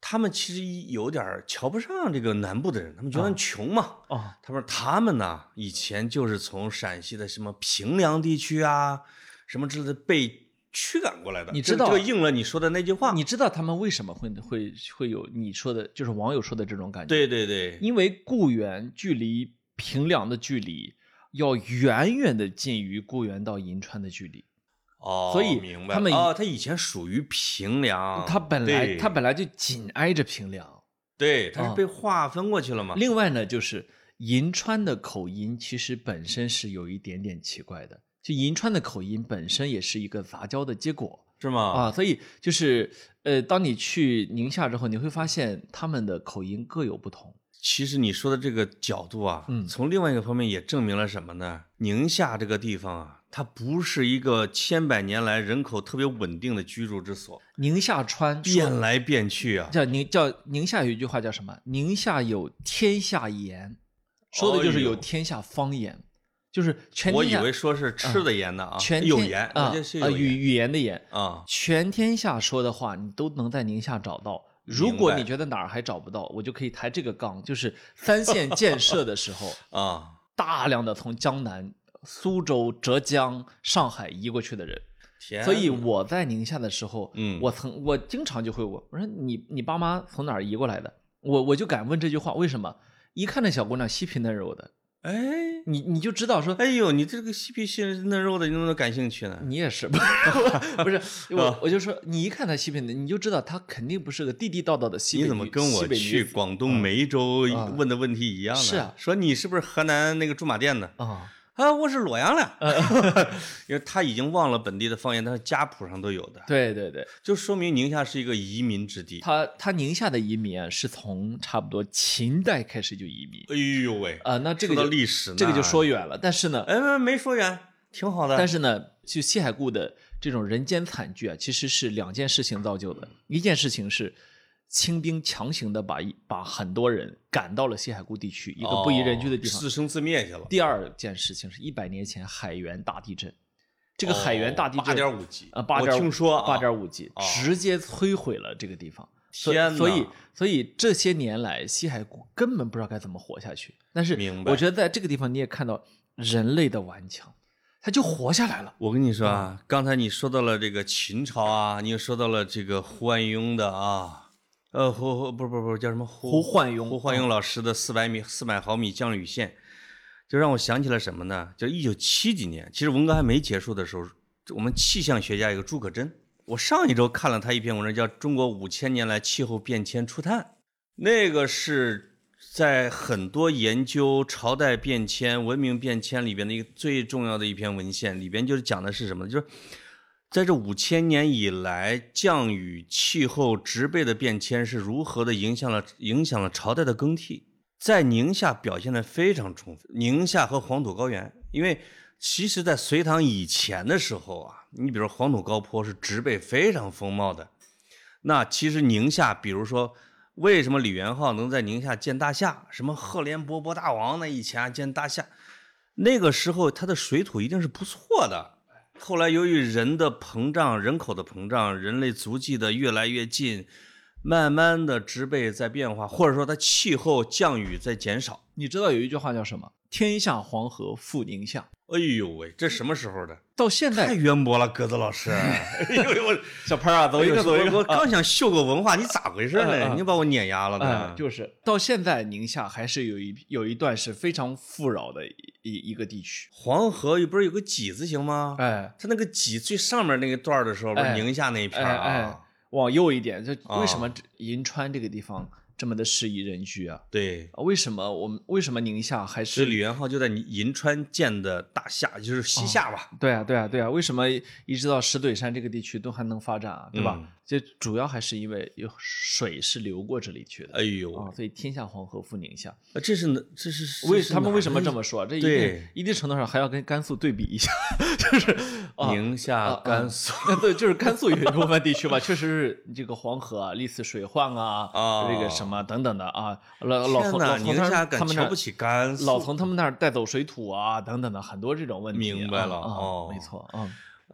[SPEAKER 1] 他们其实有点儿瞧不上这个南部的人，他们觉
[SPEAKER 2] 啊
[SPEAKER 1] 得穷嘛。
[SPEAKER 2] 哦，
[SPEAKER 1] 他说他们呢以前就是从陕西的什么平凉地区啊，什么之类的被驱赶过来的。
[SPEAKER 2] 你
[SPEAKER 1] 这
[SPEAKER 2] 知道
[SPEAKER 1] 这个应了你说的那句话。
[SPEAKER 2] 你知道他们为什么会会会有你说的，就是网友说的这种感觉？，
[SPEAKER 1] 对对对，
[SPEAKER 2] 因为固原距离平凉的距离要远远的近于固原到银川的距离，
[SPEAKER 1] 哦，
[SPEAKER 2] 所以
[SPEAKER 1] 明白
[SPEAKER 2] 他们
[SPEAKER 1] 了哦，他以前属于平凉，
[SPEAKER 2] 它本来
[SPEAKER 1] 啊对
[SPEAKER 2] 它本来就紧挨着平凉。
[SPEAKER 1] 对，它
[SPEAKER 2] 啊
[SPEAKER 1] 是被划分过去了嘛？
[SPEAKER 2] 另外呢，就是银川的口音其实本身是有一点点奇怪的，就银川的口音本身也是一个杂交的结果。
[SPEAKER 1] 是吗？
[SPEAKER 2] 啊，所以就是呃，当你去宁夏之后，你会发现他们的口音各有不同。
[SPEAKER 1] 其实你说的这个角度啊，
[SPEAKER 2] 嗯
[SPEAKER 1] 从另外一个方面也证明了什么呢？宁夏这个地方啊，它不是一个千百年来人口特别稳定的居住之所，
[SPEAKER 2] 宁夏川说
[SPEAKER 1] 变来变去啊。
[SPEAKER 2] 叫宁叫宁夏有一句话叫什么？宁夏有天下盐，说的就是有
[SPEAKER 1] 哎呦
[SPEAKER 2] 天下方言，就是全
[SPEAKER 1] 我
[SPEAKER 2] 天
[SPEAKER 1] 以
[SPEAKER 2] 下
[SPEAKER 1] 为说是吃的盐呢啊，
[SPEAKER 2] 全天
[SPEAKER 1] 有盐，我
[SPEAKER 2] 啊
[SPEAKER 1] 这是
[SPEAKER 2] 啊
[SPEAKER 1] 有
[SPEAKER 2] 语
[SPEAKER 1] 盐
[SPEAKER 2] 语言的言，
[SPEAKER 1] 啊。
[SPEAKER 2] 全天下说的话你都能在宁夏找到。如
[SPEAKER 1] 明
[SPEAKER 2] 果
[SPEAKER 1] 白
[SPEAKER 2] 你觉得哪儿还找不到，我就可以抬这个杠，就是三线建设的时候，
[SPEAKER 1] 啊，
[SPEAKER 2] 大量的从江南、苏州、浙江、上海移过去的人。
[SPEAKER 1] 天哪，
[SPEAKER 2] 所以我在宁夏的时候，
[SPEAKER 1] 嗯
[SPEAKER 2] 我曾我经常就会问我说你你爸妈从哪儿移过来的？我我就敢问这句话，为什么？一看那小姑娘细皮嫩肉的，
[SPEAKER 1] 哎
[SPEAKER 2] 你你就知道说
[SPEAKER 1] 哎呦，你这个细皮细嫩肉的，你怎么能感兴趣呢？
[SPEAKER 2] 你也是，不是 不是
[SPEAKER 1] 嗯
[SPEAKER 2] 我我就说你一看她细皮嫩，你就知道她肯定不是个地地道道的西北
[SPEAKER 1] 你怎么
[SPEAKER 2] 女
[SPEAKER 1] 跟
[SPEAKER 2] 西
[SPEAKER 1] 我
[SPEAKER 2] 北女
[SPEAKER 1] 去
[SPEAKER 2] 子
[SPEAKER 1] 广东梅州
[SPEAKER 2] 啊
[SPEAKER 1] 问的问题一样呢？
[SPEAKER 2] 是啊
[SPEAKER 1] 说你是不是河南那个驻马店的？
[SPEAKER 2] 啊？
[SPEAKER 1] 啊，我是洛阳的，
[SPEAKER 2] 嗯
[SPEAKER 1] 因为他已经忘了本地的方言，但是家谱上都有的，
[SPEAKER 2] 对对对，
[SPEAKER 1] 就说明宁夏是一个移民之地。
[SPEAKER 2] 她她宁夏的移民啊，是从差不多秦代开始就移民
[SPEAKER 1] 哎呦喂，
[SPEAKER 2] 啊、那这个
[SPEAKER 1] 说
[SPEAKER 2] 就
[SPEAKER 1] 到历史呢，
[SPEAKER 2] 这个就说远了，但是呢，
[SPEAKER 1] 哎，没说远，挺好的。
[SPEAKER 2] 但是呢，就西海固的这种人间惨剧啊，其实是两件事情造就的。
[SPEAKER 1] 嗯
[SPEAKER 2] 一件事情是清兵强行的把一把很多人赶到了西海固地区，一个不宜人居的地
[SPEAKER 1] 哦
[SPEAKER 2] 方。
[SPEAKER 1] 自生自灭去了。
[SPEAKER 2] 第二件事情是一百年前海原大地震，这个海原大地震
[SPEAKER 1] 哦八点五级
[SPEAKER 2] 啊，八点
[SPEAKER 1] 我听说
[SPEAKER 2] 八点
[SPEAKER 1] 五，
[SPEAKER 2] 五级，
[SPEAKER 1] 哦
[SPEAKER 2] 直接摧毁了这个地方。所以
[SPEAKER 1] 天哪
[SPEAKER 2] 所以所以这些年来，西海谷根本不知道该怎么活下去。但是
[SPEAKER 1] 明，白
[SPEAKER 2] 我觉得在这个地方你也看到人类的顽强，他就活下来了。
[SPEAKER 1] 我跟你说啊，
[SPEAKER 2] 嗯
[SPEAKER 1] 刚才你说到了这个秦朝啊，你又说到了这个胡安庸的啊，呃，胡胡不不不叫什么
[SPEAKER 2] 胡焕庸，
[SPEAKER 1] 胡焕庸老师的四百米四百毫米降雨线，就让我想起了什么呢？就一九七几年，其实文革还没结束的时候，我们气象学家有个朱可桢，我上一周看了他一篇文章，叫《中国五千年来气候变迁初探》，那个是在很多研究朝代变迁、文明变迁里边的一个最重要的一篇文献里边，就是讲的是什么呢？就是在这五千年以来，降雨、气候、植被的变迁是如何的影响了影响了朝代的更替。在宁夏表现的非常充分，宁夏和黄土高原，因为其实，在隋唐以前的时候啊，你比如黄土高坡是植被非常丰茂的，那其实宁夏，比如说。为什么李元昊能在宁夏建大夏？什么赫连勃勃大王呢？以前啊建大夏，那个时候它的水土一定是不错的。
[SPEAKER 2] 哎
[SPEAKER 1] 后来由于人的膨胀、人口的膨胀、人类足迹的越来越近，慢慢的植被在变化，或者说它气候降雨在减少。
[SPEAKER 2] 你知道有一句话叫什么？“天下黄河复宁夏
[SPEAKER 1] 哎呦喂，这什么时候的？”，
[SPEAKER 2] 到现
[SPEAKER 1] 太
[SPEAKER 2] 在
[SPEAKER 1] 渊博了，鸽子老师。哎呦喂，我 哎
[SPEAKER 2] 小潘啊， 走一个走一
[SPEAKER 1] 我
[SPEAKER 2] 个，
[SPEAKER 1] 刚想秀个文化，你咋回事
[SPEAKER 2] 啊啊
[SPEAKER 1] 呢？
[SPEAKER 2] 啊
[SPEAKER 1] 你把我碾压了
[SPEAKER 2] 啊，
[SPEAKER 1] 呢。
[SPEAKER 2] 就是到现在宁夏还是有一有一段是非常富饶的一一一个地区，
[SPEAKER 1] 黄河不是有个几字形吗？
[SPEAKER 2] 哎。
[SPEAKER 1] 它那个几最上面那个段儿的时候，不
[SPEAKER 2] 哎
[SPEAKER 1] 是宁夏那一片儿啊？
[SPEAKER 2] 哎哎往右一点，这
[SPEAKER 1] 啊
[SPEAKER 2] 为什么这银川这个地方这么的适宜人居啊？
[SPEAKER 1] 对，
[SPEAKER 2] 啊为什么我们为什么宁夏还
[SPEAKER 1] 是
[SPEAKER 2] 是
[SPEAKER 1] 李元昊就在银川建的大夏，就是西夏吧？
[SPEAKER 2] 对啊，对啊，对啊，为什么一直到石怼山这个地区都还能发展啊，对吧？
[SPEAKER 1] 嗯
[SPEAKER 2] 这主要还是因为有水是流过这里去的。
[SPEAKER 1] 哎呦，
[SPEAKER 2] 啊，所以天下黄河复宁夏。
[SPEAKER 1] 这是哪这是
[SPEAKER 2] 为
[SPEAKER 1] 这是
[SPEAKER 2] 他们为
[SPEAKER 1] 哪
[SPEAKER 2] 什么
[SPEAKER 1] 里
[SPEAKER 2] 这么说？这一定
[SPEAKER 1] 对
[SPEAKER 2] 一定程度上还要跟甘肃对比一下， 就是啊，
[SPEAKER 1] 宁夏、甘肃、
[SPEAKER 2] 那 对，就是甘肃有一部分地区吧，确实是这个黄河啊、历次水患啊、
[SPEAKER 1] 啊
[SPEAKER 2] 这个什么等等的啊，老老
[SPEAKER 1] 天
[SPEAKER 2] 冯
[SPEAKER 1] 哪
[SPEAKER 2] 老冯
[SPEAKER 1] 宁
[SPEAKER 2] 他
[SPEAKER 1] 夏
[SPEAKER 2] 们
[SPEAKER 1] 敢
[SPEAKER 2] 他们那
[SPEAKER 1] 瞧
[SPEAKER 2] 儿
[SPEAKER 1] 不起甘肃
[SPEAKER 2] 老冯他们那儿带走水土啊，等等的很多这种问题啊。
[SPEAKER 1] 明白了
[SPEAKER 2] 啊
[SPEAKER 1] 哦
[SPEAKER 2] 没错啊，
[SPEAKER 1] 啊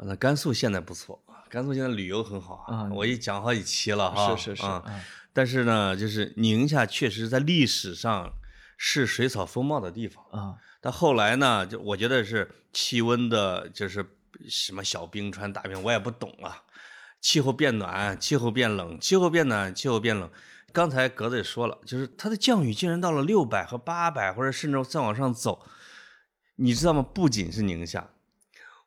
[SPEAKER 1] 那甘肃现在不错，甘肃现在旅游很好啊，
[SPEAKER 2] 啊
[SPEAKER 1] 我也讲好几期了哈。
[SPEAKER 2] 是是是
[SPEAKER 1] 啊，
[SPEAKER 2] 啊
[SPEAKER 1] 但是呢，就是宁夏确实在历史上是水草丰茂的地方。
[SPEAKER 2] 啊，
[SPEAKER 1] 但后来呢，就我觉得是气温的，就是什么小冰川、大冰，我也不懂啊。气候变暖，气候变冷，气候变暖，气候变冷。刚才格子也说了，就是它的降雨竟然到了六百和八百，或者甚至再往上走，你知道吗？不仅是宁夏，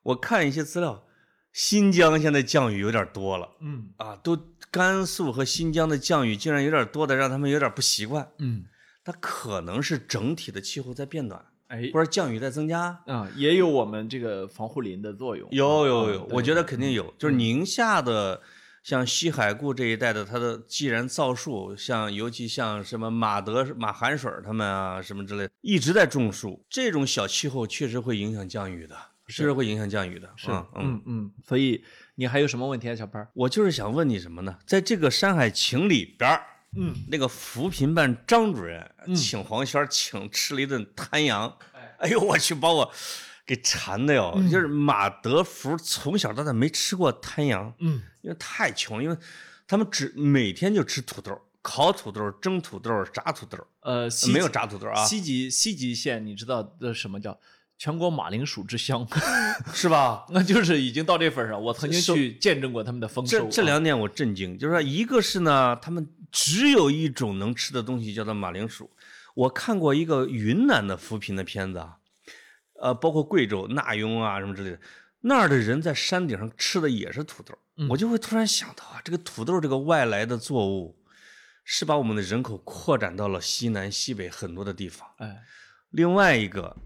[SPEAKER 1] 我看一些资料，新疆现在降雨有点多了
[SPEAKER 2] 嗯
[SPEAKER 1] 啊，都甘肃和新疆的降雨竟然有点多的，让他们有点不习惯。
[SPEAKER 2] 嗯，
[SPEAKER 1] 它可能是整体的气候在变暖，
[SPEAKER 2] 哎
[SPEAKER 1] 或者降雨在增加。
[SPEAKER 2] 啊，也有我们这个防护林的作用。
[SPEAKER 1] 有
[SPEAKER 2] 啊
[SPEAKER 1] 有有，
[SPEAKER 2] 对
[SPEAKER 1] 我觉得肯定有。就是宁夏的，像西海固这一带的，它的既然造树，像尤其像什么马德、马韩水他们啊，什么之类的，一直在种树。这种小气候确实会影响降雨的，确实会影响降雨的。
[SPEAKER 2] 是
[SPEAKER 1] 嗯嗯，
[SPEAKER 2] 嗯嗯，所以你还有什么问题啊，小潘儿？
[SPEAKER 1] 我就是想问你什么呢？在这个《山海情》里边儿
[SPEAKER 2] 嗯，
[SPEAKER 1] 那个扶贫办张主任请黄轩儿请吃了一顿滩羊，哎呦我去，把我给馋的哟！
[SPEAKER 2] 嗯
[SPEAKER 1] 就是马德福从小到大没吃过滩羊，
[SPEAKER 2] 嗯，
[SPEAKER 1] 因为太穷，因为他们只每天就吃土豆，烤土豆、蒸土豆、炸土豆，
[SPEAKER 2] 呃，西
[SPEAKER 1] 没有
[SPEAKER 2] 吉
[SPEAKER 1] 炸土豆啊，
[SPEAKER 2] 西吉西吉县，你知道这什么叫全国马铃薯之乡？
[SPEAKER 1] 是吧？
[SPEAKER 2] 那就是已经到这份儿上。我曾经
[SPEAKER 1] 收
[SPEAKER 2] 去见证过他们的丰收
[SPEAKER 1] 这
[SPEAKER 2] 啊。
[SPEAKER 1] 这两点我震惊，就是说，一个是呢，他们只有一种能吃的东西，叫做马铃薯。我看过一个云南的扶贫的片子啊，呃，包括贵州纳雍啊什么之类的，那儿的人在山顶上吃的也是土豆，
[SPEAKER 2] 嗯
[SPEAKER 1] 我就会突然想到啊，这个土豆这个外来的作物，是把我们的人口扩展到了西南西北很多的地方。
[SPEAKER 2] 哎，
[SPEAKER 1] 另外一个，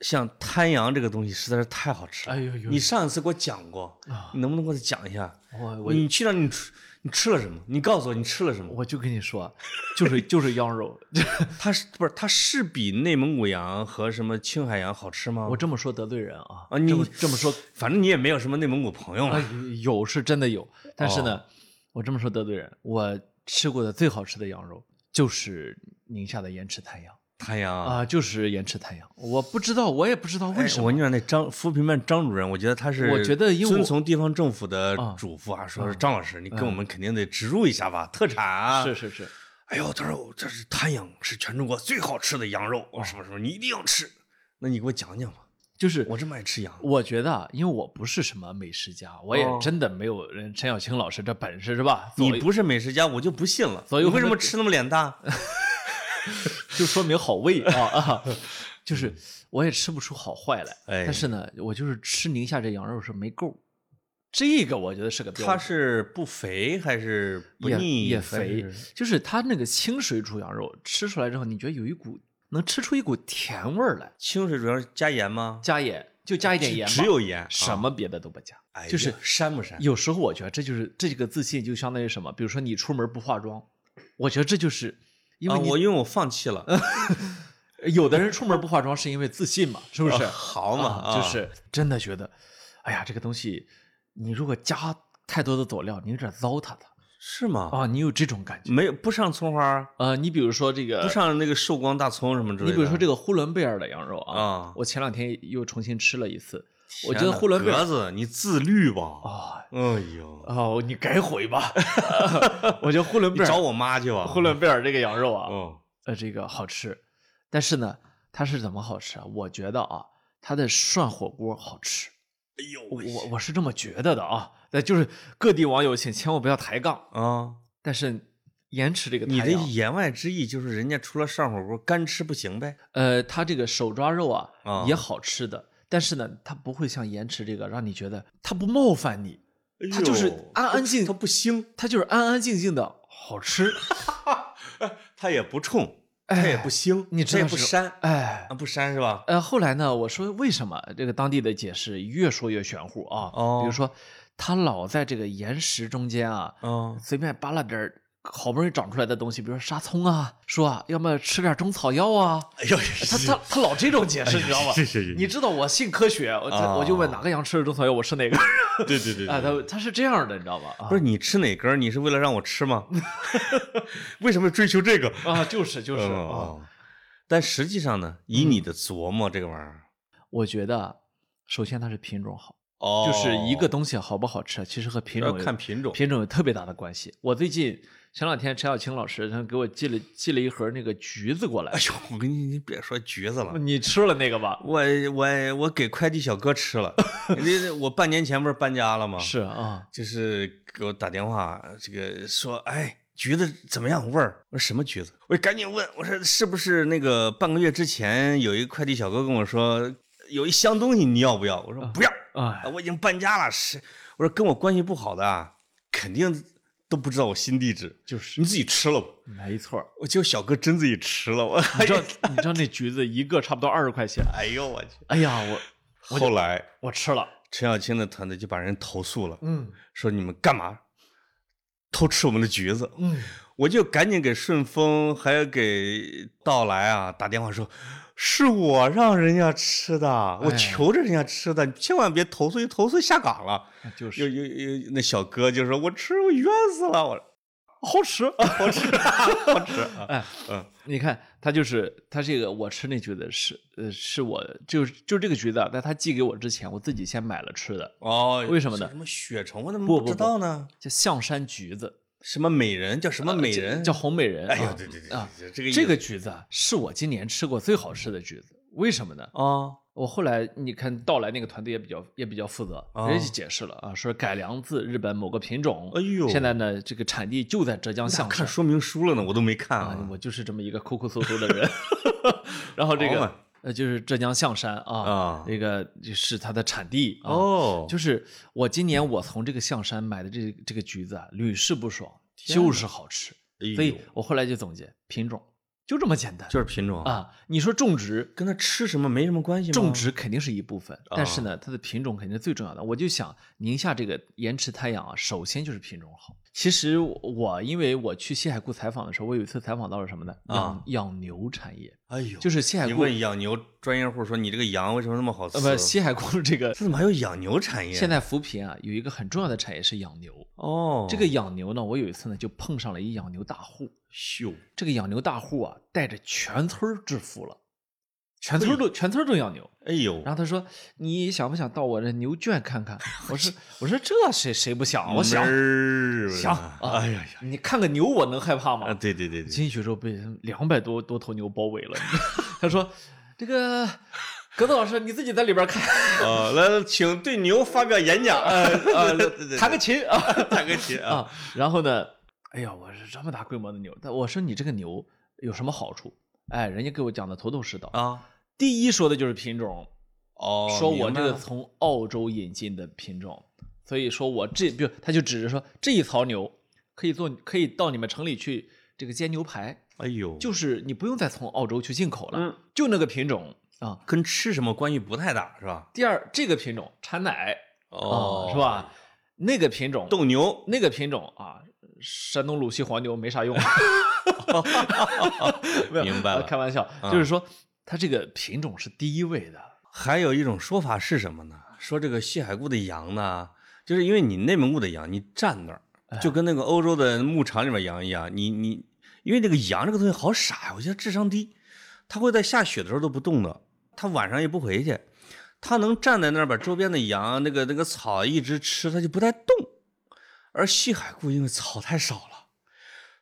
[SPEAKER 1] 像滩羊这个东西实在是太好吃了。
[SPEAKER 2] 哎呦呦
[SPEAKER 1] 你上一次给我讲过，
[SPEAKER 2] 啊
[SPEAKER 1] 你能不能给我讲一下？
[SPEAKER 2] 我我
[SPEAKER 1] 你去那儿你吃你吃了什么？你告诉我你吃了什么？
[SPEAKER 2] 我就跟你说，就是就是羊 肉。
[SPEAKER 1] 它是不是它是比内蒙古羊和什么青海羊好吃吗？
[SPEAKER 2] 我这么说得罪人啊？
[SPEAKER 1] 啊，
[SPEAKER 2] 这
[SPEAKER 1] 你
[SPEAKER 2] 么这么说，
[SPEAKER 1] 反正你也没有什么内蒙古朋友
[SPEAKER 2] 啊
[SPEAKER 1] 嘛。
[SPEAKER 2] 有是真的
[SPEAKER 1] 哦
[SPEAKER 2] 有，但是呢，我这么说得罪人。我吃过的最好吃的羊肉就是宁夏的盐池滩羊
[SPEAKER 1] 滩羊
[SPEAKER 2] 啊、，就是盐池滩羊。我不知道，我也不知道为
[SPEAKER 1] 哎
[SPEAKER 2] 什么。
[SPEAKER 1] 我跟你说，那张扶贫办张主任，我觉得他是
[SPEAKER 2] 我觉得因为我
[SPEAKER 1] 遵从地方政府的
[SPEAKER 2] 啊嗯
[SPEAKER 1] 嘱咐啊，说是张老师，你跟我们肯定得植入一下吧，特产啊。
[SPEAKER 2] 是是是，
[SPEAKER 1] 哎呦，他说这是滩羊，是全中国最好吃的羊肉，
[SPEAKER 2] 啊
[SPEAKER 1] 我什么什么，你一定要吃。那你给我讲讲吧，
[SPEAKER 2] 就是
[SPEAKER 1] 我这么爱吃羊，
[SPEAKER 2] 我觉得，啊，因为我不是什么美食家，我也
[SPEAKER 1] 哦
[SPEAKER 2] 真的没有人陈小青老师这本事是吧？
[SPEAKER 1] 你
[SPEAKER 2] 所以
[SPEAKER 1] 不是美食家，我就不信了。
[SPEAKER 2] 所以
[SPEAKER 1] 你
[SPEAKER 2] 我
[SPEAKER 1] 为什
[SPEAKER 2] 们
[SPEAKER 1] 么吃那么脸大？
[SPEAKER 2] 就说明好味啊 啊！就是我也吃不出好坏来，
[SPEAKER 1] 嗯哎
[SPEAKER 2] 但是呢，我就是吃宁夏这羊肉是没够，这个我觉得是个标
[SPEAKER 1] 它
[SPEAKER 2] 准。
[SPEAKER 1] 是不肥还是不
[SPEAKER 2] 也
[SPEAKER 1] 腻
[SPEAKER 2] 也
[SPEAKER 1] 还
[SPEAKER 2] 肥
[SPEAKER 1] 是，
[SPEAKER 2] 就是它那个清水煮羊肉吃出来之后，你觉得有一股能吃出一股甜味儿来。
[SPEAKER 1] 清水主要是加盐吗？
[SPEAKER 2] 加盐就加一点盐吧，
[SPEAKER 1] 只有盐，
[SPEAKER 2] 什
[SPEAKER 1] 啊？
[SPEAKER 2] 么别的都不加。
[SPEAKER 1] 哎呀
[SPEAKER 2] 就是
[SPEAKER 1] 膻不膻？
[SPEAKER 2] 有时候我觉得这就是这个自信，就相当于什么？比如说你出门不化妆，我觉得这就是因为
[SPEAKER 1] 啊
[SPEAKER 2] 你、呃
[SPEAKER 1] 我因为我放弃了，
[SPEAKER 2] 有的人出门不化妆是因为自信嘛，是不 是？
[SPEAKER 1] 呃 好嘛，
[SPEAKER 2] 啊
[SPEAKER 1] 啊
[SPEAKER 2] 就是真的觉得，哎呀，这个东西你如果加太多的佐料，你有点糟蹋它
[SPEAKER 1] 是吗？
[SPEAKER 2] 啊，你有这种感觉。
[SPEAKER 1] 没有不上葱花儿，
[SPEAKER 2] 呃，你比如说这个
[SPEAKER 1] 嗯不上那个寿光大葱什么之类
[SPEAKER 2] 你
[SPEAKER 1] 的。
[SPEAKER 2] 比如说这个呼伦贝尔的羊肉啊，
[SPEAKER 1] 啊
[SPEAKER 2] 我前两天又重新吃了一次，
[SPEAKER 1] 天
[SPEAKER 2] 我
[SPEAKER 1] 哪，
[SPEAKER 2] 觉得呼伦贝尔
[SPEAKER 1] 格子，你自律吧。
[SPEAKER 2] 啊
[SPEAKER 1] 哎呦，
[SPEAKER 2] 哦，你改悔 吧，我觉得呼伦
[SPEAKER 1] 你
[SPEAKER 2] 贝尔
[SPEAKER 1] 找我妈去吧。
[SPEAKER 2] 呼伦贝尔这个羊肉啊，
[SPEAKER 1] 嗯，
[SPEAKER 2] 呃，这个好吃，但是呢，它是怎么好吃啊？我觉得啊，它的涮火锅好吃，
[SPEAKER 1] 哎呦
[SPEAKER 2] 我我
[SPEAKER 1] 我
[SPEAKER 2] 我是这么觉得的啊。那就是各地网友请千万不要抬杠，
[SPEAKER 1] 啊，
[SPEAKER 2] 但是延迟这个
[SPEAKER 1] 你
[SPEAKER 2] 抬
[SPEAKER 1] 的
[SPEAKER 2] 杠，
[SPEAKER 1] 言外之意就是人家除了上火锅干吃不行呗？
[SPEAKER 2] 呃，它这个手抓肉啊
[SPEAKER 1] 啊
[SPEAKER 2] 也好吃的，但是呢，它不会像延迟这个让你觉得它不冒犯你。它就是安安静
[SPEAKER 1] 哎他不腥，
[SPEAKER 2] 它就是安安静静的好吃，
[SPEAKER 1] 哎他也不冲，他
[SPEAKER 2] 哎
[SPEAKER 1] 也不腥，
[SPEAKER 2] 你知
[SPEAKER 1] 它
[SPEAKER 2] 道
[SPEAKER 1] 也不
[SPEAKER 2] 是
[SPEAKER 1] 膻，
[SPEAKER 2] 哎
[SPEAKER 1] 啊，，不膻是吧？
[SPEAKER 2] 呃，后来呢，我说为什么这个当地的解释越说越玄乎啊？
[SPEAKER 1] 哦
[SPEAKER 2] 比如说他老在这个岩石中间啊，
[SPEAKER 1] 嗯，
[SPEAKER 2] 随便扒拉点儿好不容易长出来的东西，比如说沙葱啊，说啊，要么吃点中草药啊。
[SPEAKER 1] 哎呦，
[SPEAKER 2] 他他他老这种
[SPEAKER 1] 哎
[SPEAKER 2] 解释，你知道吗？
[SPEAKER 1] 是是是
[SPEAKER 2] 你知道我信科学，我他我就问
[SPEAKER 1] 啊
[SPEAKER 2] 哪个羊吃了中草药，我吃哪个
[SPEAKER 1] 对对对
[SPEAKER 2] 啊？他他是这样的，你知道吗？啊
[SPEAKER 1] 不是你吃哪根儿？你是为了让我吃吗？ 为什么追求这个？
[SPEAKER 2] 啊，就是就是
[SPEAKER 1] 嗯
[SPEAKER 2] 啊，
[SPEAKER 1] 哦但实际上呢，以你的琢磨，这个玩意儿，
[SPEAKER 2] 我觉得啊首先它是品种好，
[SPEAKER 1] 哦
[SPEAKER 2] 就是一个东西好不好吃，其实和品
[SPEAKER 1] 要
[SPEAKER 2] 种有
[SPEAKER 1] 看品种。
[SPEAKER 2] 品种有特别大的关系。我最近前两天陈小青老师他给我寄了寄了一盒那个橘子过来
[SPEAKER 1] 哎，呦，我跟你，你别说橘子了，
[SPEAKER 2] 你吃了那个吧？
[SPEAKER 1] 我我我给快递小哥吃 了。你我半年前不是搬家了吗？，
[SPEAKER 2] 是啊，
[SPEAKER 1] 就是给我打电话，这个说，哎，橘子怎么样味儿？我说什么橘子？我赶紧问，我说是不是那个半个月之前有一快递小哥跟我说有一箱东西你要不要？我说不要。
[SPEAKER 2] 哎
[SPEAKER 1] 啊，，我已经搬家了，是我说跟我关系不好的啊，肯定都不知道我新地址，
[SPEAKER 2] 就是
[SPEAKER 1] 你自己吃了吧。
[SPEAKER 2] 没错儿。
[SPEAKER 1] 我结果小哥真自己吃了，我
[SPEAKER 2] 你知道你知道那橘子一个差不多二十块钱，
[SPEAKER 1] 哎呦我去！
[SPEAKER 2] 哎呀，我
[SPEAKER 1] 后来
[SPEAKER 2] 我吃了，
[SPEAKER 1] 陈小青的团队就把人投诉了，
[SPEAKER 2] 嗯
[SPEAKER 1] 说你们干嘛偷吃我们的橘子？
[SPEAKER 2] 嗯，
[SPEAKER 1] 我就赶紧给顺丰还有给到来啊打电话说，是我让人家吃的，我
[SPEAKER 2] 哎
[SPEAKER 1] 求着人家吃的，你千万别投诉，一投诉下岗了。
[SPEAKER 2] 就
[SPEAKER 1] 有
[SPEAKER 2] 是
[SPEAKER 1] 有有，那小哥就说：“我吃，我冤死了，我
[SPEAKER 2] 好吃。
[SPEAKER 1] 好吃，好吃。 啊
[SPEAKER 2] 哎，
[SPEAKER 1] 嗯，
[SPEAKER 2] 你看，它就是它这个，我吃那橘子是呃，是我就是就这个橘子啊，在它寄给我之前，我自己先买了吃的，
[SPEAKER 1] 哦
[SPEAKER 2] 为什么呢
[SPEAKER 1] 什么雪虫，我怎么
[SPEAKER 2] 不
[SPEAKER 1] 不知
[SPEAKER 2] 不不
[SPEAKER 1] 道呢？
[SPEAKER 2] 叫象山橘子，
[SPEAKER 1] 什么美人叫什么啊美人？
[SPEAKER 2] 叫 红美人。
[SPEAKER 1] 哎
[SPEAKER 2] 啊
[SPEAKER 1] 呦，对对对
[SPEAKER 2] 啊，
[SPEAKER 1] 对，这个
[SPEAKER 2] 这个
[SPEAKER 1] 意思
[SPEAKER 2] 橘子啊，是我今年吃过最好吃的橘子。为什么呢？
[SPEAKER 1] 啊
[SPEAKER 2] 我后来你看到来那个团队也比较也比较负责，
[SPEAKER 1] 哦
[SPEAKER 2] 人家就解释了啊，说改良自日本某个品种。
[SPEAKER 1] 哎呦
[SPEAKER 2] 现在呢，这个产地就在浙江
[SPEAKER 1] 那
[SPEAKER 2] 象
[SPEAKER 1] 看
[SPEAKER 2] 山。
[SPEAKER 1] 说明书了呢，我都没看
[SPEAKER 2] 啊
[SPEAKER 1] 啊，。
[SPEAKER 2] 我就是这么一个抠抠搜搜的 人。 然后这
[SPEAKER 1] 好
[SPEAKER 2] 个
[SPEAKER 1] 嘛
[SPEAKER 2] 呃，就是浙江象山啊
[SPEAKER 1] 啊，
[SPEAKER 2] 这个就是它的产地啊。
[SPEAKER 1] 哦，
[SPEAKER 2] 就是我今年我从这个象山买的这这个橘子啊，屡试不爽，
[SPEAKER 1] 天哪
[SPEAKER 2] 就是好吃。所以我后来就总结品种，就这么简单。
[SPEAKER 1] 哎就是品种，
[SPEAKER 2] 啊，你说种植，
[SPEAKER 1] 跟它吃什么没什么关系吗？
[SPEAKER 2] 种植肯定是一部分，但是
[SPEAKER 1] 啊
[SPEAKER 2] 呢，它的品种肯定是最重要的。我就想宁夏这个延迟太阳啊，首先就是品种好。其实我因为我去西海固采访的时候，我有一次采访到了什么呢？
[SPEAKER 1] 啊
[SPEAKER 2] 养养牛产业，
[SPEAKER 1] 哎呦，
[SPEAKER 2] 就是西海
[SPEAKER 1] 你
[SPEAKER 2] 固
[SPEAKER 1] 问养牛专业户说你这个羊为什么那么好吃？
[SPEAKER 2] 呃不西海固这个
[SPEAKER 1] 这怎么还有养牛产业？
[SPEAKER 2] 现在扶贫啊，有一个很重要的产业是养牛。
[SPEAKER 1] 哦，
[SPEAKER 2] 这个养牛呢，我有一次呢就碰上了一养牛大户，
[SPEAKER 1] 秀
[SPEAKER 2] 这个养牛大户啊带着全村儿致富了，全村儿都全村儿都养牛。
[SPEAKER 1] 哎呦，
[SPEAKER 2] 然后他说：“你想不想到我这牛圈看 看？”我说：“我说这谁谁不想？我想
[SPEAKER 1] 门儿
[SPEAKER 2] 想
[SPEAKER 1] 啊
[SPEAKER 2] 啊！
[SPEAKER 1] 哎呀呀，
[SPEAKER 2] 你看个牛，我能害怕
[SPEAKER 1] 啊，
[SPEAKER 2] 吗
[SPEAKER 1] 对对对？”对，
[SPEAKER 2] 进去之后被两百多多头牛包围了。 他说：“这个格子老师，你自己在里边看，
[SPEAKER 1] 啊，来，请对牛发表演讲，
[SPEAKER 2] 呃呃
[SPEAKER 1] 对对对，
[SPEAKER 2] 弹个琴啊
[SPEAKER 1] 弹个琴啊，
[SPEAKER 2] 啊。” 然后呢，哎呀，我说这么大规模的牛，但我说你这个牛有什么好处？哎，人家给我讲的头头是道。
[SPEAKER 1] 啊，
[SPEAKER 2] 第一说的就是品种，
[SPEAKER 1] 哦，
[SPEAKER 2] 说我
[SPEAKER 1] 明
[SPEAKER 2] 这
[SPEAKER 1] 白
[SPEAKER 2] 个
[SPEAKER 1] 了
[SPEAKER 2] 从澳洲引进的品种，所以说我这，比如他就指着说这一槽牛可以做，可以到你们城里去这个煎牛排，
[SPEAKER 1] 哎呦，
[SPEAKER 2] 就是你不用再从澳洲去进口了，
[SPEAKER 1] 嗯
[SPEAKER 2] 就那个品种啊。
[SPEAKER 1] 跟吃什么关系不太大，是吧？
[SPEAKER 2] 第二，这个品种产奶
[SPEAKER 1] 哦，
[SPEAKER 2] 啊，是？吧？那个品种
[SPEAKER 1] 斗牛，
[SPEAKER 2] 那个品种啊，山东鲁西黄牛没啥 用。没有
[SPEAKER 1] 明白了
[SPEAKER 2] 开玩笑，
[SPEAKER 1] 啊
[SPEAKER 2] 就是说它这个品种是第一位的。
[SPEAKER 1] 还有一种说法是什么呢？说这个西海固的羊呢，就是因为你内蒙古的羊，你站那儿
[SPEAKER 2] 哎
[SPEAKER 1] 就跟那个欧洲的牧场里面羊一样，你你因为这个羊这个东西好傻呀，我觉得智商低，它会在下雪的时候都不动的，它晚上也不回去，它能站在那儿把周边的羊那个那个草一直吃，它就不太动。而西海固因为草太少了，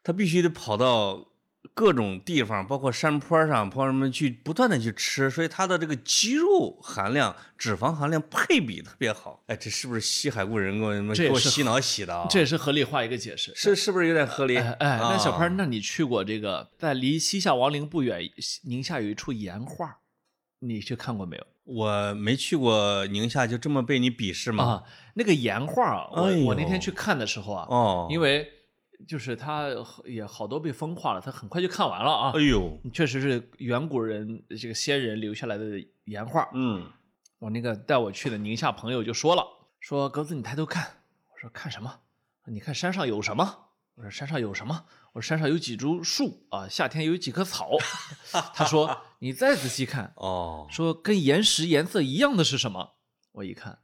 [SPEAKER 1] 它必须得跑到各种地方，包括山坡上，包括什么去不断的去吃，所以它的这个肌肉含量、脂肪含量配比特别好。哎，这是不是西海固人给我们
[SPEAKER 2] 这也
[SPEAKER 1] 给我
[SPEAKER 2] 是
[SPEAKER 1] 洗脑洗的啊？
[SPEAKER 2] 这也是合理化一个解释。
[SPEAKER 1] 是是不是有点合理？
[SPEAKER 2] 哎，哎，那小潘，
[SPEAKER 1] 啊
[SPEAKER 2] 那你去过这个在离西夏王陵不远，宁夏有一处岩画，你去看过没有？
[SPEAKER 1] 我没去过宁夏，就这么被你鄙视吗？
[SPEAKER 2] 啊，那个岩画啊，我、
[SPEAKER 1] 哎呦
[SPEAKER 2] 我那天去看的时候啊，
[SPEAKER 1] 哦，
[SPEAKER 2] 因为就是它也好多被风化了，它很快就看完了啊
[SPEAKER 1] 哎。呦，
[SPEAKER 2] 确实是远古人这个先人留下来的岩画。
[SPEAKER 1] 嗯，
[SPEAKER 2] 我那个带我去的宁夏朋友就说了，说格子你抬头看，我说看什么？你看山上有什么？我说山上有什么？我说山上有几株树啊，夏天有几棵草。他说你再仔细看，
[SPEAKER 1] 哦，
[SPEAKER 2] 说跟岩石颜色一样的是什么？我一看，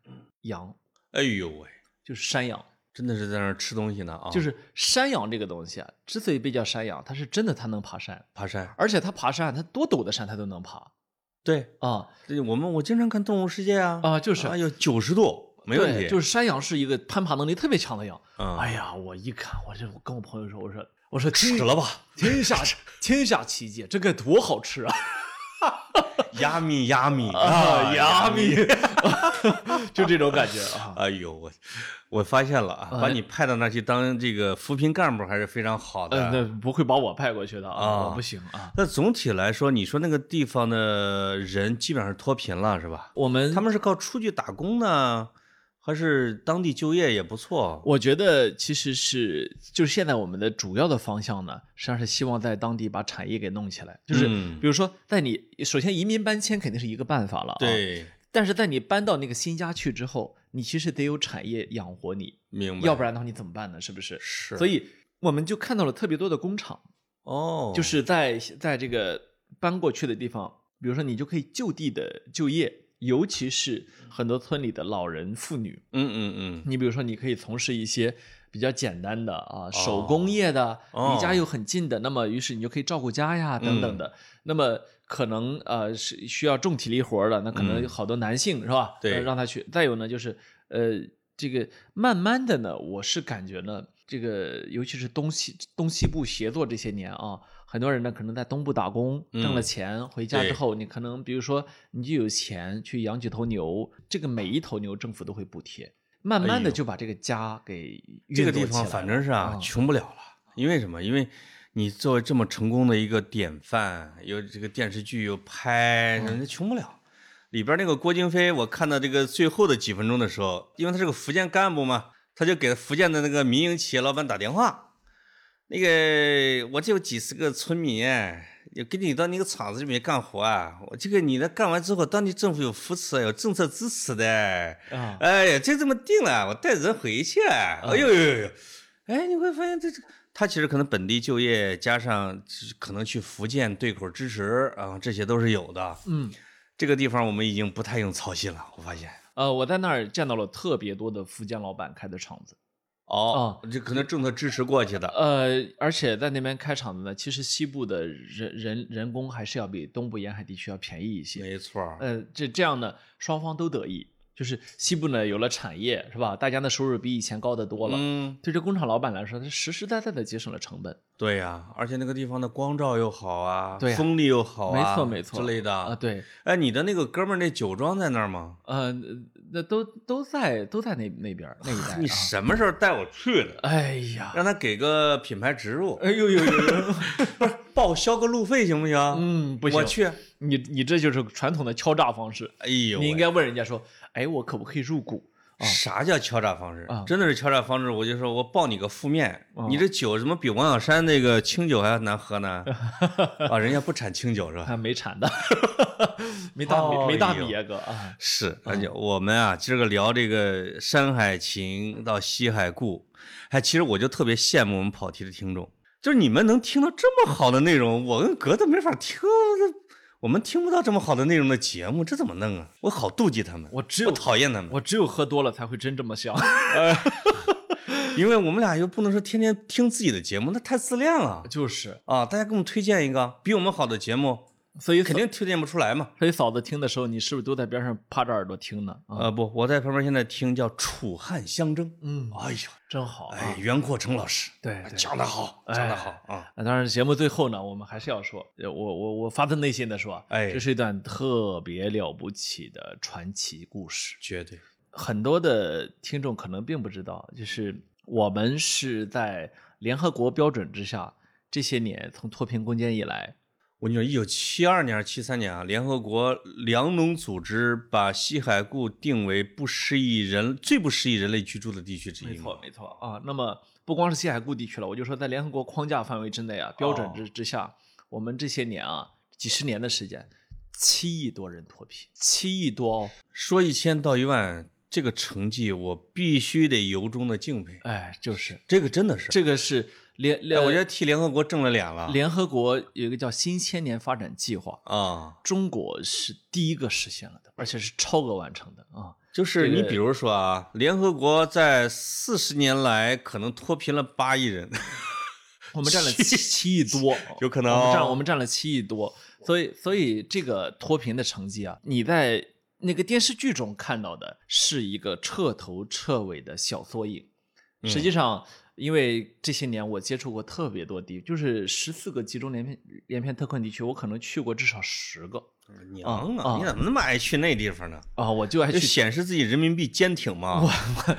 [SPEAKER 2] 羊，
[SPEAKER 1] 哎呦喂，
[SPEAKER 2] 就是山羊。
[SPEAKER 1] 真的是在那儿吃东西呢啊，
[SPEAKER 2] 就是山羊这个东西啊，之所以被叫山羊，它是真的它能爬山，
[SPEAKER 1] 爬山。
[SPEAKER 2] 而且它爬山，它多陡的山它都能爬
[SPEAKER 1] 对，
[SPEAKER 2] 啊
[SPEAKER 1] 对我们我经常看《动物世界》啊，
[SPEAKER 2] 啊！就是
[SPEAKER 1] 哎呦，九十度没问
[SPEAKER 2] 对
[SPEAKER 1] 题，
[SPEAKER 2] 就是是山羊是一个攀爬能力特别强的羊。
[SPEAKER 1] 嗯，
[SPEAKER 2] 哎呀，我一看，我就跟我朋友说，我说我说
[SPEAKER 1] 吃
[SPEAKER 2] 天
[SPEAKER 1] 了吧，
[SPEAKER 2] 天 下天下奇迹，这该多好吃啊！
[SPEAKER 1] 压米压 米
[SPEAKER 2] 哎
[SPEAKER 1] 啊
[SPEAKER 2] 呀咪， 就这种感觉 啊。
[SPEAKER 1] 哎呦我，我发现了
[SPEAKER 2] 哎
[SPEAKER 1] 啊，把你派到那儿去当这个扶贫干部还是非常好
[SPEAKER 2] 呃，那
[SPEAKER 1] 的。
[SPEAKER 2] 不会把我派过去的啊，
[SPEAKER 1] 嗯啊
[SPEAKER 2] 我不行啊。
[SPEAKER 1] 那总体来说，你说那个地方的人基本上是脱贫了，是吧？
[SPEAKER 2] 我们
[SPEAKER 1] 他们是靠出去打工呢，还是当地就业也不错？
[SPEAKER 2] 我觉得其实是就是现在我们的主要的方向呢，实际上是希望在当地把产业给弄起来。就是
[SPEAKER 1] 嗯
[SPEAKER 2] 比如说，在你首先移民搬迁肯定是一个办法了、啊，。
[SPEAKER 1] 对，
[SPEAKER 2] 但是在你搬到那个新家去之后，你其实得有产业养活你，
[SPEAKER 1] 明白。
[SPEAKER 2] 要不然的话你怎么办呢？是不是？
[SPEAKER 1] 是，
[SPEAKER 2] 所以我们就看到了特别多的工厂，
[SPEAKER 1] 哦，
[SPEAKER 2] 就是在在这个搬过去的地方，比如说你就可以就地的就业。尤其是很多村里的老人、妇女，
[SPEAKER 1] 嗯嗯嗯，
[SPEAKER 2] 你比如说，你可以从事一些比较简单的啊，手工业的，
[SPEAKER 1] 哦嗯
[SPEAKER 2] 离家又很近的，那么于是你就可以照顾家呀，等等的。那么可能呃是需要重体力活儿的，那可能
[SPEAKER 1] 嗯
[SPEAKER 2] 好多男性是吧？
[SPEAKER 1] 对
[SPEAKER 2] 呃让他去。再有呢，就是呃这个慢慢的呢，我是感觉呢，这个尤其是东西东西部协作这些年啊。很多人呢，可能在东部打工，
[SPEAKER 1] 嗯
[SPEAKER 2] 挣了钱，回家之
[SPEAKER 1] 对
[SPEAKER 2] 后，你可能比如说，你就有钱去养几头牛，这个每一头牛政府都会补贴，慢慢的
[SPEAKER 1] 哎呦
[SPEAKER 2] 就把这个家给
[SPEAKER 1] 这个
[SPEAKER 2] 运作
[SPEAKER 1] 地
[SPEAKER 2] 起
[SPEAKER 1] 方
[SPEAKER 2] 来了
[SPEAKER 1] 反正是啊
[SPEAKER 2] 嗯，
[SPEAKER 1] 穷不了了。因为什么？因为你作为这么成功的一个典范，有这个电视剧有
[SPEAKER 2] 嗯
[SPEAKER 1] 拍，人家穷不了。里边那个郭京飞，我看到这个最后的几分钟的时候，因为他是个福建干部嘛，他就给福建的那个民营企业老板打电话，那个我这有几十个村民，也给你到那个厂子里面干活啊，我这个你呢干完之后，当地政府有扶持，啊有政策支持的，
[SPEAKER 2] 啊，
[SPEAKER 1] 哎呀，就这么定了，我带人回去。哎呦呦呦呦！哎，你会发现这这，他其实可能本地就业加上可能去福建对口支持啊，这些都是有的。
[SPEAKER 2] 嗯，
[SPEAKER 1] 这个地方我们已经不太用操心了，我发现。
[SPEAKER 2] 呃，我在那儿见到了特别多的福建老板开的厂子，
[SPEAKER 1] 哦，这可能政策支持过去的。
[SPEAKER 2] 呃，而且在那边开厂子呢，其实西部的人人人工还是要比东部沿海地区要便宜一些，
[SPEAKER 1] 没错儿，
[SPEAKER 2] 呃，这这样呢，双方都得益，就是西部呢有了产业是吧，大家的收入比以前高得多了，
[SPEAKER 1] 嗯，
[SPEAKER 2] 对这工厂老板来说，他实实在在的节省了成本，
[SPEAKER 1] 对呀、而且那个地方的光照又好啊，
[SPEAKER 2] 对呀
[SPEAKER 1] 风力又好啊，
[SPEAKER 2] 没错没错
[SPEAKER 1] 之类的。
[SPEAKER 2] 啊、对，
[SPEAKER 1] 哎，你的那个哥们儿那酒庄在那儿吗？
[SPEAKER 2] 呃，那都都在都在那那边儿那一带、啊。
[SPEAKER 1] 你什么时候带我去的？
[SPEAKER 2] 哎呀，
[SPEAKER 1] 让他给个品牌植入。
[SPEAKER 2] 哎呦呦呦 呦，
[SPEAKER 1] 报销个路费行不行？
[SPEAKER 2] 嗯，不行，
[SPEAKER 1] 我去。
[SPEAKER 2] 你你这就是传统的敲诈方式。
[SPEAKER 1] 哎呦喂，
[SPEAKER 2] 你应该问人家说，哎，我可不可以入股？
[SPEAKER 1] 啥叫敲诈防治
[SPEAKER 2] 啊？
[SPEAKER 1] 真的是敲诈防治，我就说我报你个负面，你这酒怎么比王小山那个清酒还要难喝 呢？啊，人家不产清酒是吧？
[SPEAKER 2] 还没产的， 没大米、
[SPEAKER 1] 哎
[SPEAKER 2] 没大米
[SPEAKER 1] 呦
[SPEAKER 2] 啊哥啊，
[SPEAKER 1] 是，而且我们啊，今儿个聊这个山海情到西海固，哎，其实我就特别羡慕我们跑题的听众，就是你们能听到这么好的内容，我跟格子没法听，我们听不到这么好的内容的节目，这怎么弄啊？我好妒忌他们，
[SPEAKER 2] 我只
[SPEAKER 1] 我
[SPEAKER 2] 有
[SPEAKER 1] 讨厌他哎们，
[SPEAKER 2] 我只有喝多了才会真这么想。
[SPEAKER 1] 因为我们俩又不能说天天听自己的节目，那太自恋了
[SPEAKER 2] 就是，
[SPEAKER 1] 啊！大家给我们推荐一个比我们好的节目，
[SPEAKER 2] 所以
[SPEAKER 1] 肯定推荐不出来嘛。
[SPEAKER 2] 所以嫂子听的时候，你是不是都在边上趴着耳朵听呢？啊，
[SPEAKER 1] 呃，不，我在旁边现在听叫《楚汉相争》。
[SPEAKER 2] 嗯，
[SPEAKER 1] 哎呦，
[SPEAKER 2] 真好啊。
[SPEAKER 1] 哎，袁阔成老师，
[SPEAKER 2] 对对
[SPEAKER 1] 讲得好，
[SPEAKER 2] 哎
[SPEAKER 1] 讲得好啊！
[SPEAKER 2] 那当然，节目最后呢，我们还是要说，呃我我我发自内心的说，啊
[SPEAKER 1] 哎
[SPEAKER 2] 这是一段特别了不起的传奇故事。
[SPEAKER 1] 绝对，
[SPEAKER 2] 很多的听众可能并不知道，就是我们是在联合国标准之下，这些年从脱贫攻坚以来，
[SPEAKER 1] 我跟你说，一九七二年还是七三年啊，联合国粮农组织把西海固定为不适宜人最不适宜人类居住的地区之一。
[SPEAKER 2] 没错，没错啊。那么不光是西海固地区了，我就说在联合国框架范围之内啊，标
[SPEAKER 1] 哦
[SPEAKER 2] 准之之下，我们这些年啊，几十年的时间，七亿多人脱贫，七亿多哦。
[SPEAKER 1] 说一千道一万，这个成绩我必须得由衷的敬佩。
[SPEAKER 2] 哎，就是
[SPEAKER 1] 这个真的是，
[SPEAKER 2] 这个是联
[SPEAKER 1] 哎
[SPEAKER 2] 联，
[SPEAKER 1] 我觉得替联合国挣了脸了。
[SPEAKER 2] 联合国有一个叫新千年发展计划，
[SPEAKER 1] 啊，
[SPEAKER 2] 中国是第一个实现了的，而且是超额完成的啊。
[SPEAKER 1] 就是
[SPEAKER 2] 这个
[SPEAKER 1] 你比如说啊，联合国在四十年来可能脱贫了八亿 人，
[SPEAKER 2] 我们占了七七亿多，
[SPEAKER 1] 有可能哦
[SPEAKER 2] 我们占我们占了七亿多，所以所以这个脱贫的成绩啊，你在那个电视剧中看到的是一个彻头彻尾的小缩影。
[SPEAKER 1] 嗯
[SPEAKER 2] 实际上，因为这些年我接触过特别多地，就是十四个集中连片连片特困地区，我可能去过至少十个
[SPEAKER 1] 娘
[SPEAKER 2] 啊
[SPEAKER 1] 啊，你怎么那么爱去那地方呢？
[SPEAKER 2] 啊，我就爱
[SPEAKER 1] 就
[SPEAKER 2] 去
[SPEAKER 1] 显示自己人民币坚挺嘛，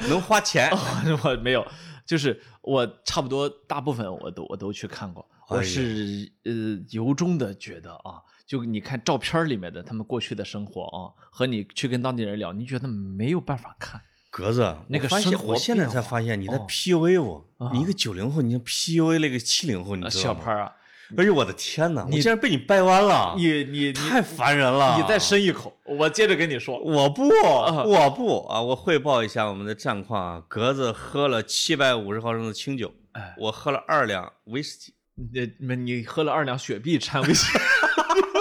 [SPEAKER 1] 能花钱。
[SPEAKER 2] 啊， 我没有，就是我差不多大部分我都我都去看过，
[SPEAKER 1] 哎
[SPEAKER 2] 我
[SPEAKER 1] 呀
[SPEAKER 2] 是、呃由衷的觉得啊，就你看照片儿里面的他们过去的生活啊，和你去跟当地人聊，你觉得没有办法看，
[SPEAKER 1] 格子，
[SPEAKER 2] 那个
[SPEAKER 1] 我发现
[SPEAKER 2] 生活
[SPEAKER 1] 我现在
[SPEAKER 2] 变化
[SPEAKER 1] 才发现你在
[SPEAKER 2] 哦
[SPEAKER 1] PUA 我，
[SPEAKER 2] 啊
[SPEAKER 1] 你一个九零后，你像 PUA 了一个七零后，你
[SPEAKER 2] 啊、
[SPEAKER 1] 知
[SPEAKER 2] 小
[SPEAKER 1] 道
[SPEAKER 2] 潘
[SPEAKER 1] 吗？
[SPEAKER 2] 儿啊，
[SPEAKER 1] 而且我的天哪，我竟然被你掰弯了，
[SPEAKER 2] 你你你
[SPEAKER 1] 太烦人了！
[SPEAKER 2] 你再深一口，我接着跟你说，
[SPEAKER 1] 我不，我不啊！我汇报一下我们的战况啊。格子喝了七百五十毫升的清酒，
[SPEAKER 2] 哎，
[SPEAKER 1] 我喝了二两威士忌。
[SPEAKER 2] 你你你喝了二两雪碧掺威士忌，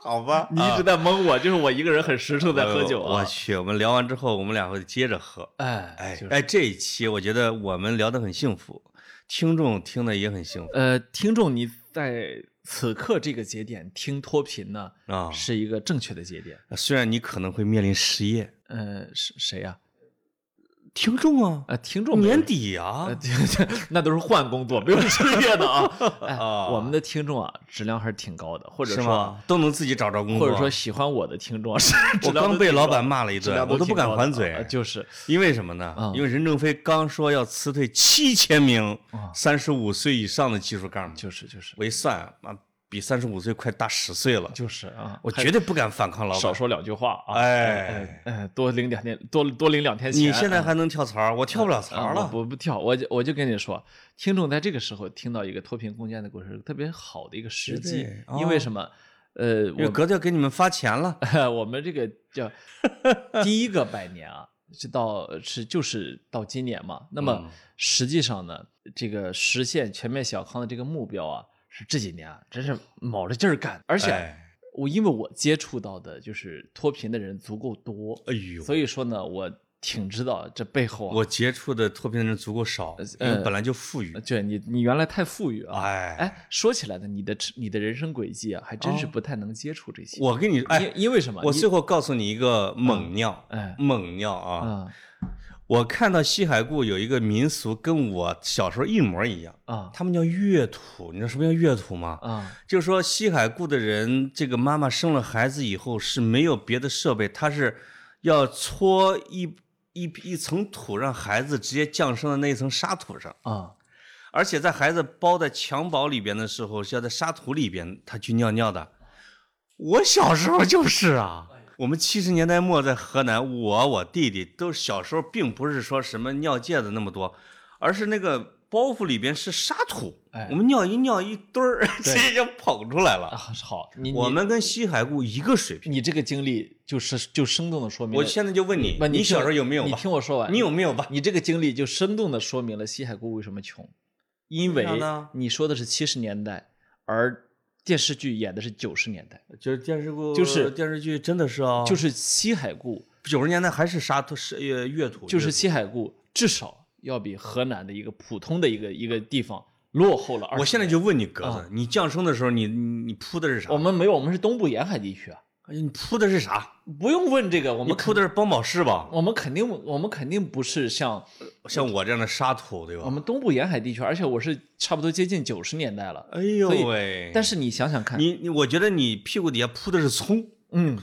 [SPEAKER 1] 好吧
[SPEAKER 2] 你一直在蒙我，就是我一个人很实诚在喝酒啊
[SPEAKER 1] 啊哎我，去，我们聊完之后，我们俩会接着喝。
[SPEAKER 2] 哎
[SPEAKER 1] 哎
[SPEAKER 2] 就是
[SPEAKER 1] 哎，这一期我觉得我们聊得很幸福，听众听得也很幸福
[SPEAKER 2] 呃，听众你在此刻这个节点听脱贫呢，
[SPEAKER 1] 啊。
[SPEAKER 2] 是一个正确的节点。
[SPEAKER 1] 虽然你可能会面临失业，
[SPEAKER 2] 呃，是谁呀、
[SPEAKER 1] 听众啊
[SPEAKER 2] 啊？，听众没有
[SPEAKER 1] 年底啊
[SPEAKER 2] 呃，， 听那都是换工作，没有失业的啊。 哎，
[SPEAKER 1] 啊
[SPEAKER 2] 我们的听众啊，质量还是挺高的，或者
[SPEAKER 1] 是
[SPEAKER 2] 说，
[SPEAKER 1] 吗？都能自己找着工作，啊
[SPEAKER 2] 或者说喜欢我的听众啊是质
[SPEAKER 1] 我
[SPEAKER 2] 量
[SPEAKER 1] 刚
[SPEAKER 2] 都
[SPEAKER 1] 被
[SPEAKER 2] 挺
[SPEAKER 1] 老
[SPEAKER 2] 高
[SPEAKER 1] 板
[SPEAKER 2] 的
[SPEAKER 1] 骂了一
[SPEAKER 2] 质
[SPEAKER 1] 顿
[SPEAKER 2] 量，都
[SPEAKER 1] 我都不
[SPEAKER 2] 挺
[SPEAKER 1] 敢
[SPEAKER 2] 高的
[SPEAKER 1] 还
[SPEAKER 2] 啊
[SPEAKER 1] 嘴，
[SPEAKER 2] 就是
[SPEAKER 1] 因为什么呢
[SPEAKER 2] 嗯？
[SPEAKER 1] 因为任正非刚说要辞退七千名
[SPEAKER 2] 啊
[SPEAKER 1] 三十五岁以上的技术干部，
[SPEAKER 2] 就是就是
[SPEAKER 1] 我一算，啊妈比三十五岁快大十岁了，
[SPEAKER 2] 就是啊，
[SPEAKER 1] 我
[SPEAKER 2] 还
[SPEAKER 1] 绝对不敢反抗老
[SPEAKER 2] 少
[SPEAKER 1] 板。
[SPEAKER 2] 说两句话啊。
[SPEAKER 1] 哎
[SPEAKER 2] 呃，呃多领两天，多多领两天钱。
[SPEAKER 1] 你现在还能跳槽，我跳不了槽
[SPEAKER 2] 啊，我
[SPEAKER 1] 了。
[SPEAKER 2] 不不跳，我就我就跟你说，听众在这个时候听到一个脱贫攻坚的故事，特别好的一个时
[SPEAKER 1] 绝
[SPEAKER 2] 机
[SPEAKER 1] 对，
[SPEAKER 2] 因为
[SPEAKER 1] 哦
[SPEAKER 2] 什么？呃，
[SPEAKER 1] 因为格调给你们发钱了，
[SPEAKER 2] 我我们 这个 叫第一个百年啊，是到是就是到今年嘛。那么
[SPEAKER 1] 嗯
[SPEAKER 2] 实际上呢，这个实现全面小康的这个目标啊，是这几年啊，真是卯着劲儿干，而
[SPEAKER 1] 而
[SPEAKER 2] 且
[SPEAKER 1] 哎
[SPEAKER 2] 我因为我接触到的就是脱贫的人足够多，
[SPEAKER 1] 哎呦，
[SPEAKER 2] 所以说呢，我挺知道这背后啊
[SPEAKER 1] 我接触的脱贫的人足够少，
[SPEAKER 2] 呃
[SPEAKER 1] 因为本来就富裕。
[SPEAKER 2] 对你，你原来太富裕啊！
[SPEAKER 1] 哎
[SPEAKER 2] 呃哎，说起来呢，你的你的人生轨迹啊，还真是
[SPEAKER 1] 哦
[SPEAKER 2] 不太能接触这些。
[SPEAKER 1] 我跟你
[SPEAKER 2] 因
[SPEAKER 1] 哎，
[SPEAKER 2] 因为什么？
[SPEAKER 1] 我
[SPEAKER 2] 你
[SPEAKER 1] 最后告诉你一个猛料，
[SPEAKER 2] 哎
[SPEAKER 1] 猛料啊！
[SPEAKER 2] 啊
[SPEAKER 1] 我看到西海固有一个民俗，跟我小时候一模一样，
[SPEAKER 2] 啊
[SPEAKER 1] 他们叫月土。你知道什么叫月土吗？
[SPEAKER 2] 啊
[SPEAKER 1] 就是说西海固的人，这个妈妈生了孩子以后是没有别的设备，她是要搓一一一层土，让孩子直接降生的那一层沙土上。
[SPEAKER 2] 啊！
[SPEAKER 1] 而且在孩子包在襁褓里边的时
[SPEAKER 2] 哎
[SPEAKER 1] 候，是要在沙土里边他去尿尿的。我小时候就是啊，我们七十年代末在河南，我我弟弟都是小时候并不是说什么尿介子那么多，而是那个包袱里边是沙土，
[SPEAKER 2] 哎
[SPEAKER 1] 我们尿一尿一堆儿， 直
[SPEAKER 2] 对
[SPEAKER 1] 接就捧出来
[SPEAKER 2] 啊，
[SPEAKER 1] 了。
[SPEAKER 2] 好，你你
[SPEAKER 1] 我们跟西海固一个水平。
[SPEAKER 2] 你这个经历就是就生动的说明了，
[SPEAKER 1] 我现在就问你
[SPEAKER 2] 不，
[SPEAKER 1] 你
[SPEAKER 2] 听
[SPEAKER 1] 小时候
[SPEAKER 2] 我
[SPEAKER 1] 有没有
[SPEAKER 2] 你
[SPEAKER 1] 吧？
[SPEAKER 2] 听我说完，
[SPEAKER 1] 你有没有吧？
[SPEAKER 2] 你这个经历就生动的说明了西海固为什么穷，因
[SPEAKER 1] 为
[SPEAKER 2] 为
[SPEAKER 1] 啥呢
[SPEAKER 2] 你说的是七十年代，而电视剧演的是九十年代，
[SPEAKER 1] 就是电视剧，
[SPEAKER 2] 就是
[SPEAKER 1] 电视剧，真的是啊，
[SPEAKER 2] 就是西海固，
[SPEAKER 1] 九十年代还是沙土是呃乐土，
[SPEAKER 2] 就是
[SPEAKER 1] 乐
[SPEAKER 2] 西海固至少要比河南的一个普通的一个一个地方落后了20
[SPEAKER 1] 土
[SPEAKER 2] 年。
[SPEAKER 1] 我现在就问你格
[SPEAKER 2] 啊
[SPEAKER 1] 子，你降生的时候你你你铺的是啥？
[SPEAKER 2] 我们没有，我们是东部沿海地区啊，
[SPEAKER 1] 哎你铺的是啥？
[SPEAKER 2] 不用问这个，我
[SPEAKER 1] 我
[SPEAKER 2] 们
[SPEAKER 1] 铺的是邦宝适吧？
[SPEAKER 2] 我们肯定我们肯定不是像
[SPEAKER 1] 像我这样的沙土，对
[SPEAKER 2] 我
[SPEAKER 1] 吧？
[SPEAKER 2] 们东部沿海地区，而且我是差不多接近九十年代了。
[SPEAKER 1] 哎呦
[SPEAKER 2] 所以
[SPEAKER 1] 喂！
[SPEAKER 2] 但
[SPEAKER 1] 是
[SPEAKER 2] 是你想想看，
[SPEAKER 1] 你你，我觉得你屁股底下铺的是葱，
[SPEAKER 2] 嗯，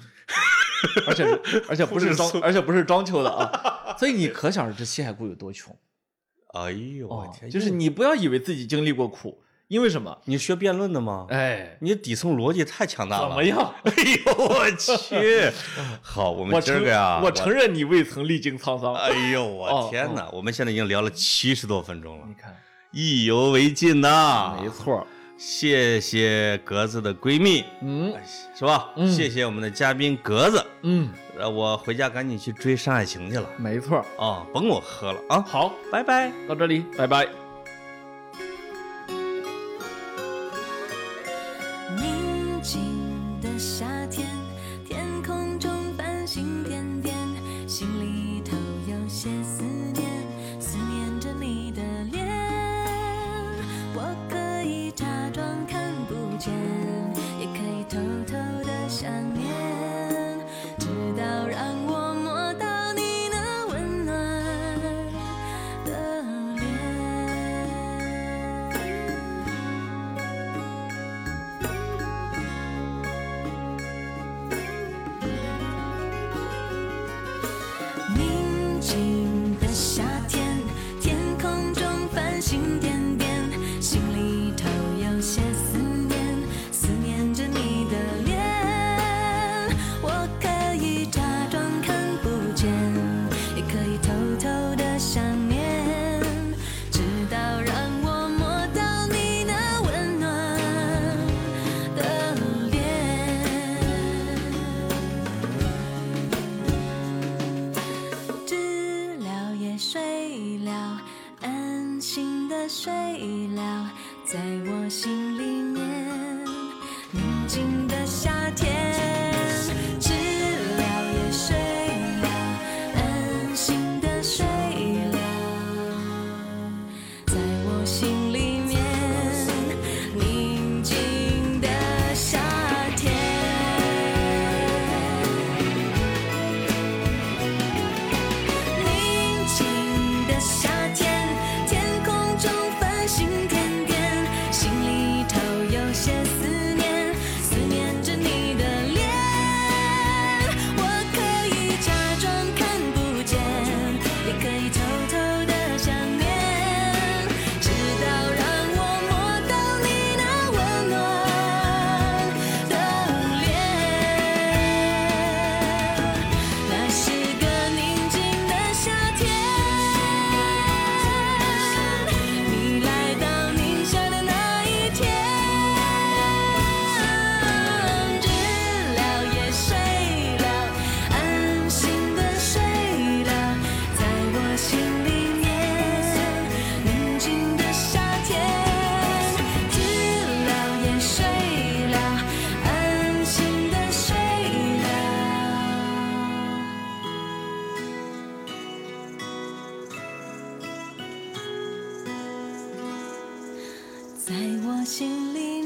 [SPEAKER 2] 而 且而且不
[SPEAKER 1] 不
[SPEAKER 2] 是
[SPEAKER 1] 是
[SPEAKER 2] 装
[SPEAKER 1] 苏，
[SPEAKER 2] 而且不是装修的啊，所以你可想而知西海固有多穷
[SPEAKER 1] 哎呦
[SPEAKER 2] 啊、
[SPEAKER 1] 我天！
[SPEAKER 2] 就是你不要以为自己经历过苦，因为什么？
[SPEAKER 1] 你学辩论的吗？
[SPEAKER 2] 哎，
[SPEAKER 1] 你底层逻辑太强大
[SPEAKER 2] 怎
[SPEAKER 1] 了。
[SPEAKER 2] 么？样？
[SPEAKER 1] 哎呦我 去！好，我
[SPEAKER 2] 我
[SPEAKER 1] 们今
[SPEAKER 2] 承
[SPEAKER 1] 儿个呀，
[SPEAKER 2] 我承认你未曾历经沧桑。
[SPEAKER 1] 哎呦
[SPEAKER 2] 哦
[SPEAKER 1] 我天哪！我们现在已经聊了七十多分钟了
[SPEAKER 2] 你，看，
[SPEAKER 1] 意犹未尽呐。
[SPEAKER 2] 没错，
[SPEAKER 1] 谢谢格子的闺蜜，
[SPEAKER 2] 嗯
[SPEAKER 1] 是吧？
[SPEAKER 2] 嗯
[SPEAKER 1] 谢谢我们的嘉宾格子，
[SPEAKER 2] 嗯，
[SPEAKER 1] 呃，我回家赶紧去追《山海情》去了
[SPEAKER 2] 没错。
[SPEAKER 1] 啊！甭我喝了啊！
[SPEAKER 2] 好，
[SPEAKER 1] 拜拜。
[SPEAKER 2] 到这里，拜拜。
[SPEAKER 4] 宁静的夏天，天空中繁星点点，心里头有些思念，思念着你的脸。我可以假装看不见，也可以偷偷的想念，直到让我摸到你那温暖的脸。宁静的夏天，天空中繁星点点，心里头有些思念，思念着你的脸。我可以假装看不见，也可以偷偷的想念，直到让我摸到你那温暖的脸。知了也睡了，安心的睡了，在我心里面，宁静的夏天。知了也睡了，安心的睡了。在我心里面，宁静的夏天。宁静的夏天，天空中繁星点点，心里头有些思念，思念着你的脸。我可以假装看不见，也可以偷偷的想念，直到让我摸到你那温暖的脸。那是个宁静的夏天，你来到宁夏的那一天，知了也睡了，安心的睡了，在我心里面，宁静的夏天，知了也睡了，安心的睡了。在我心里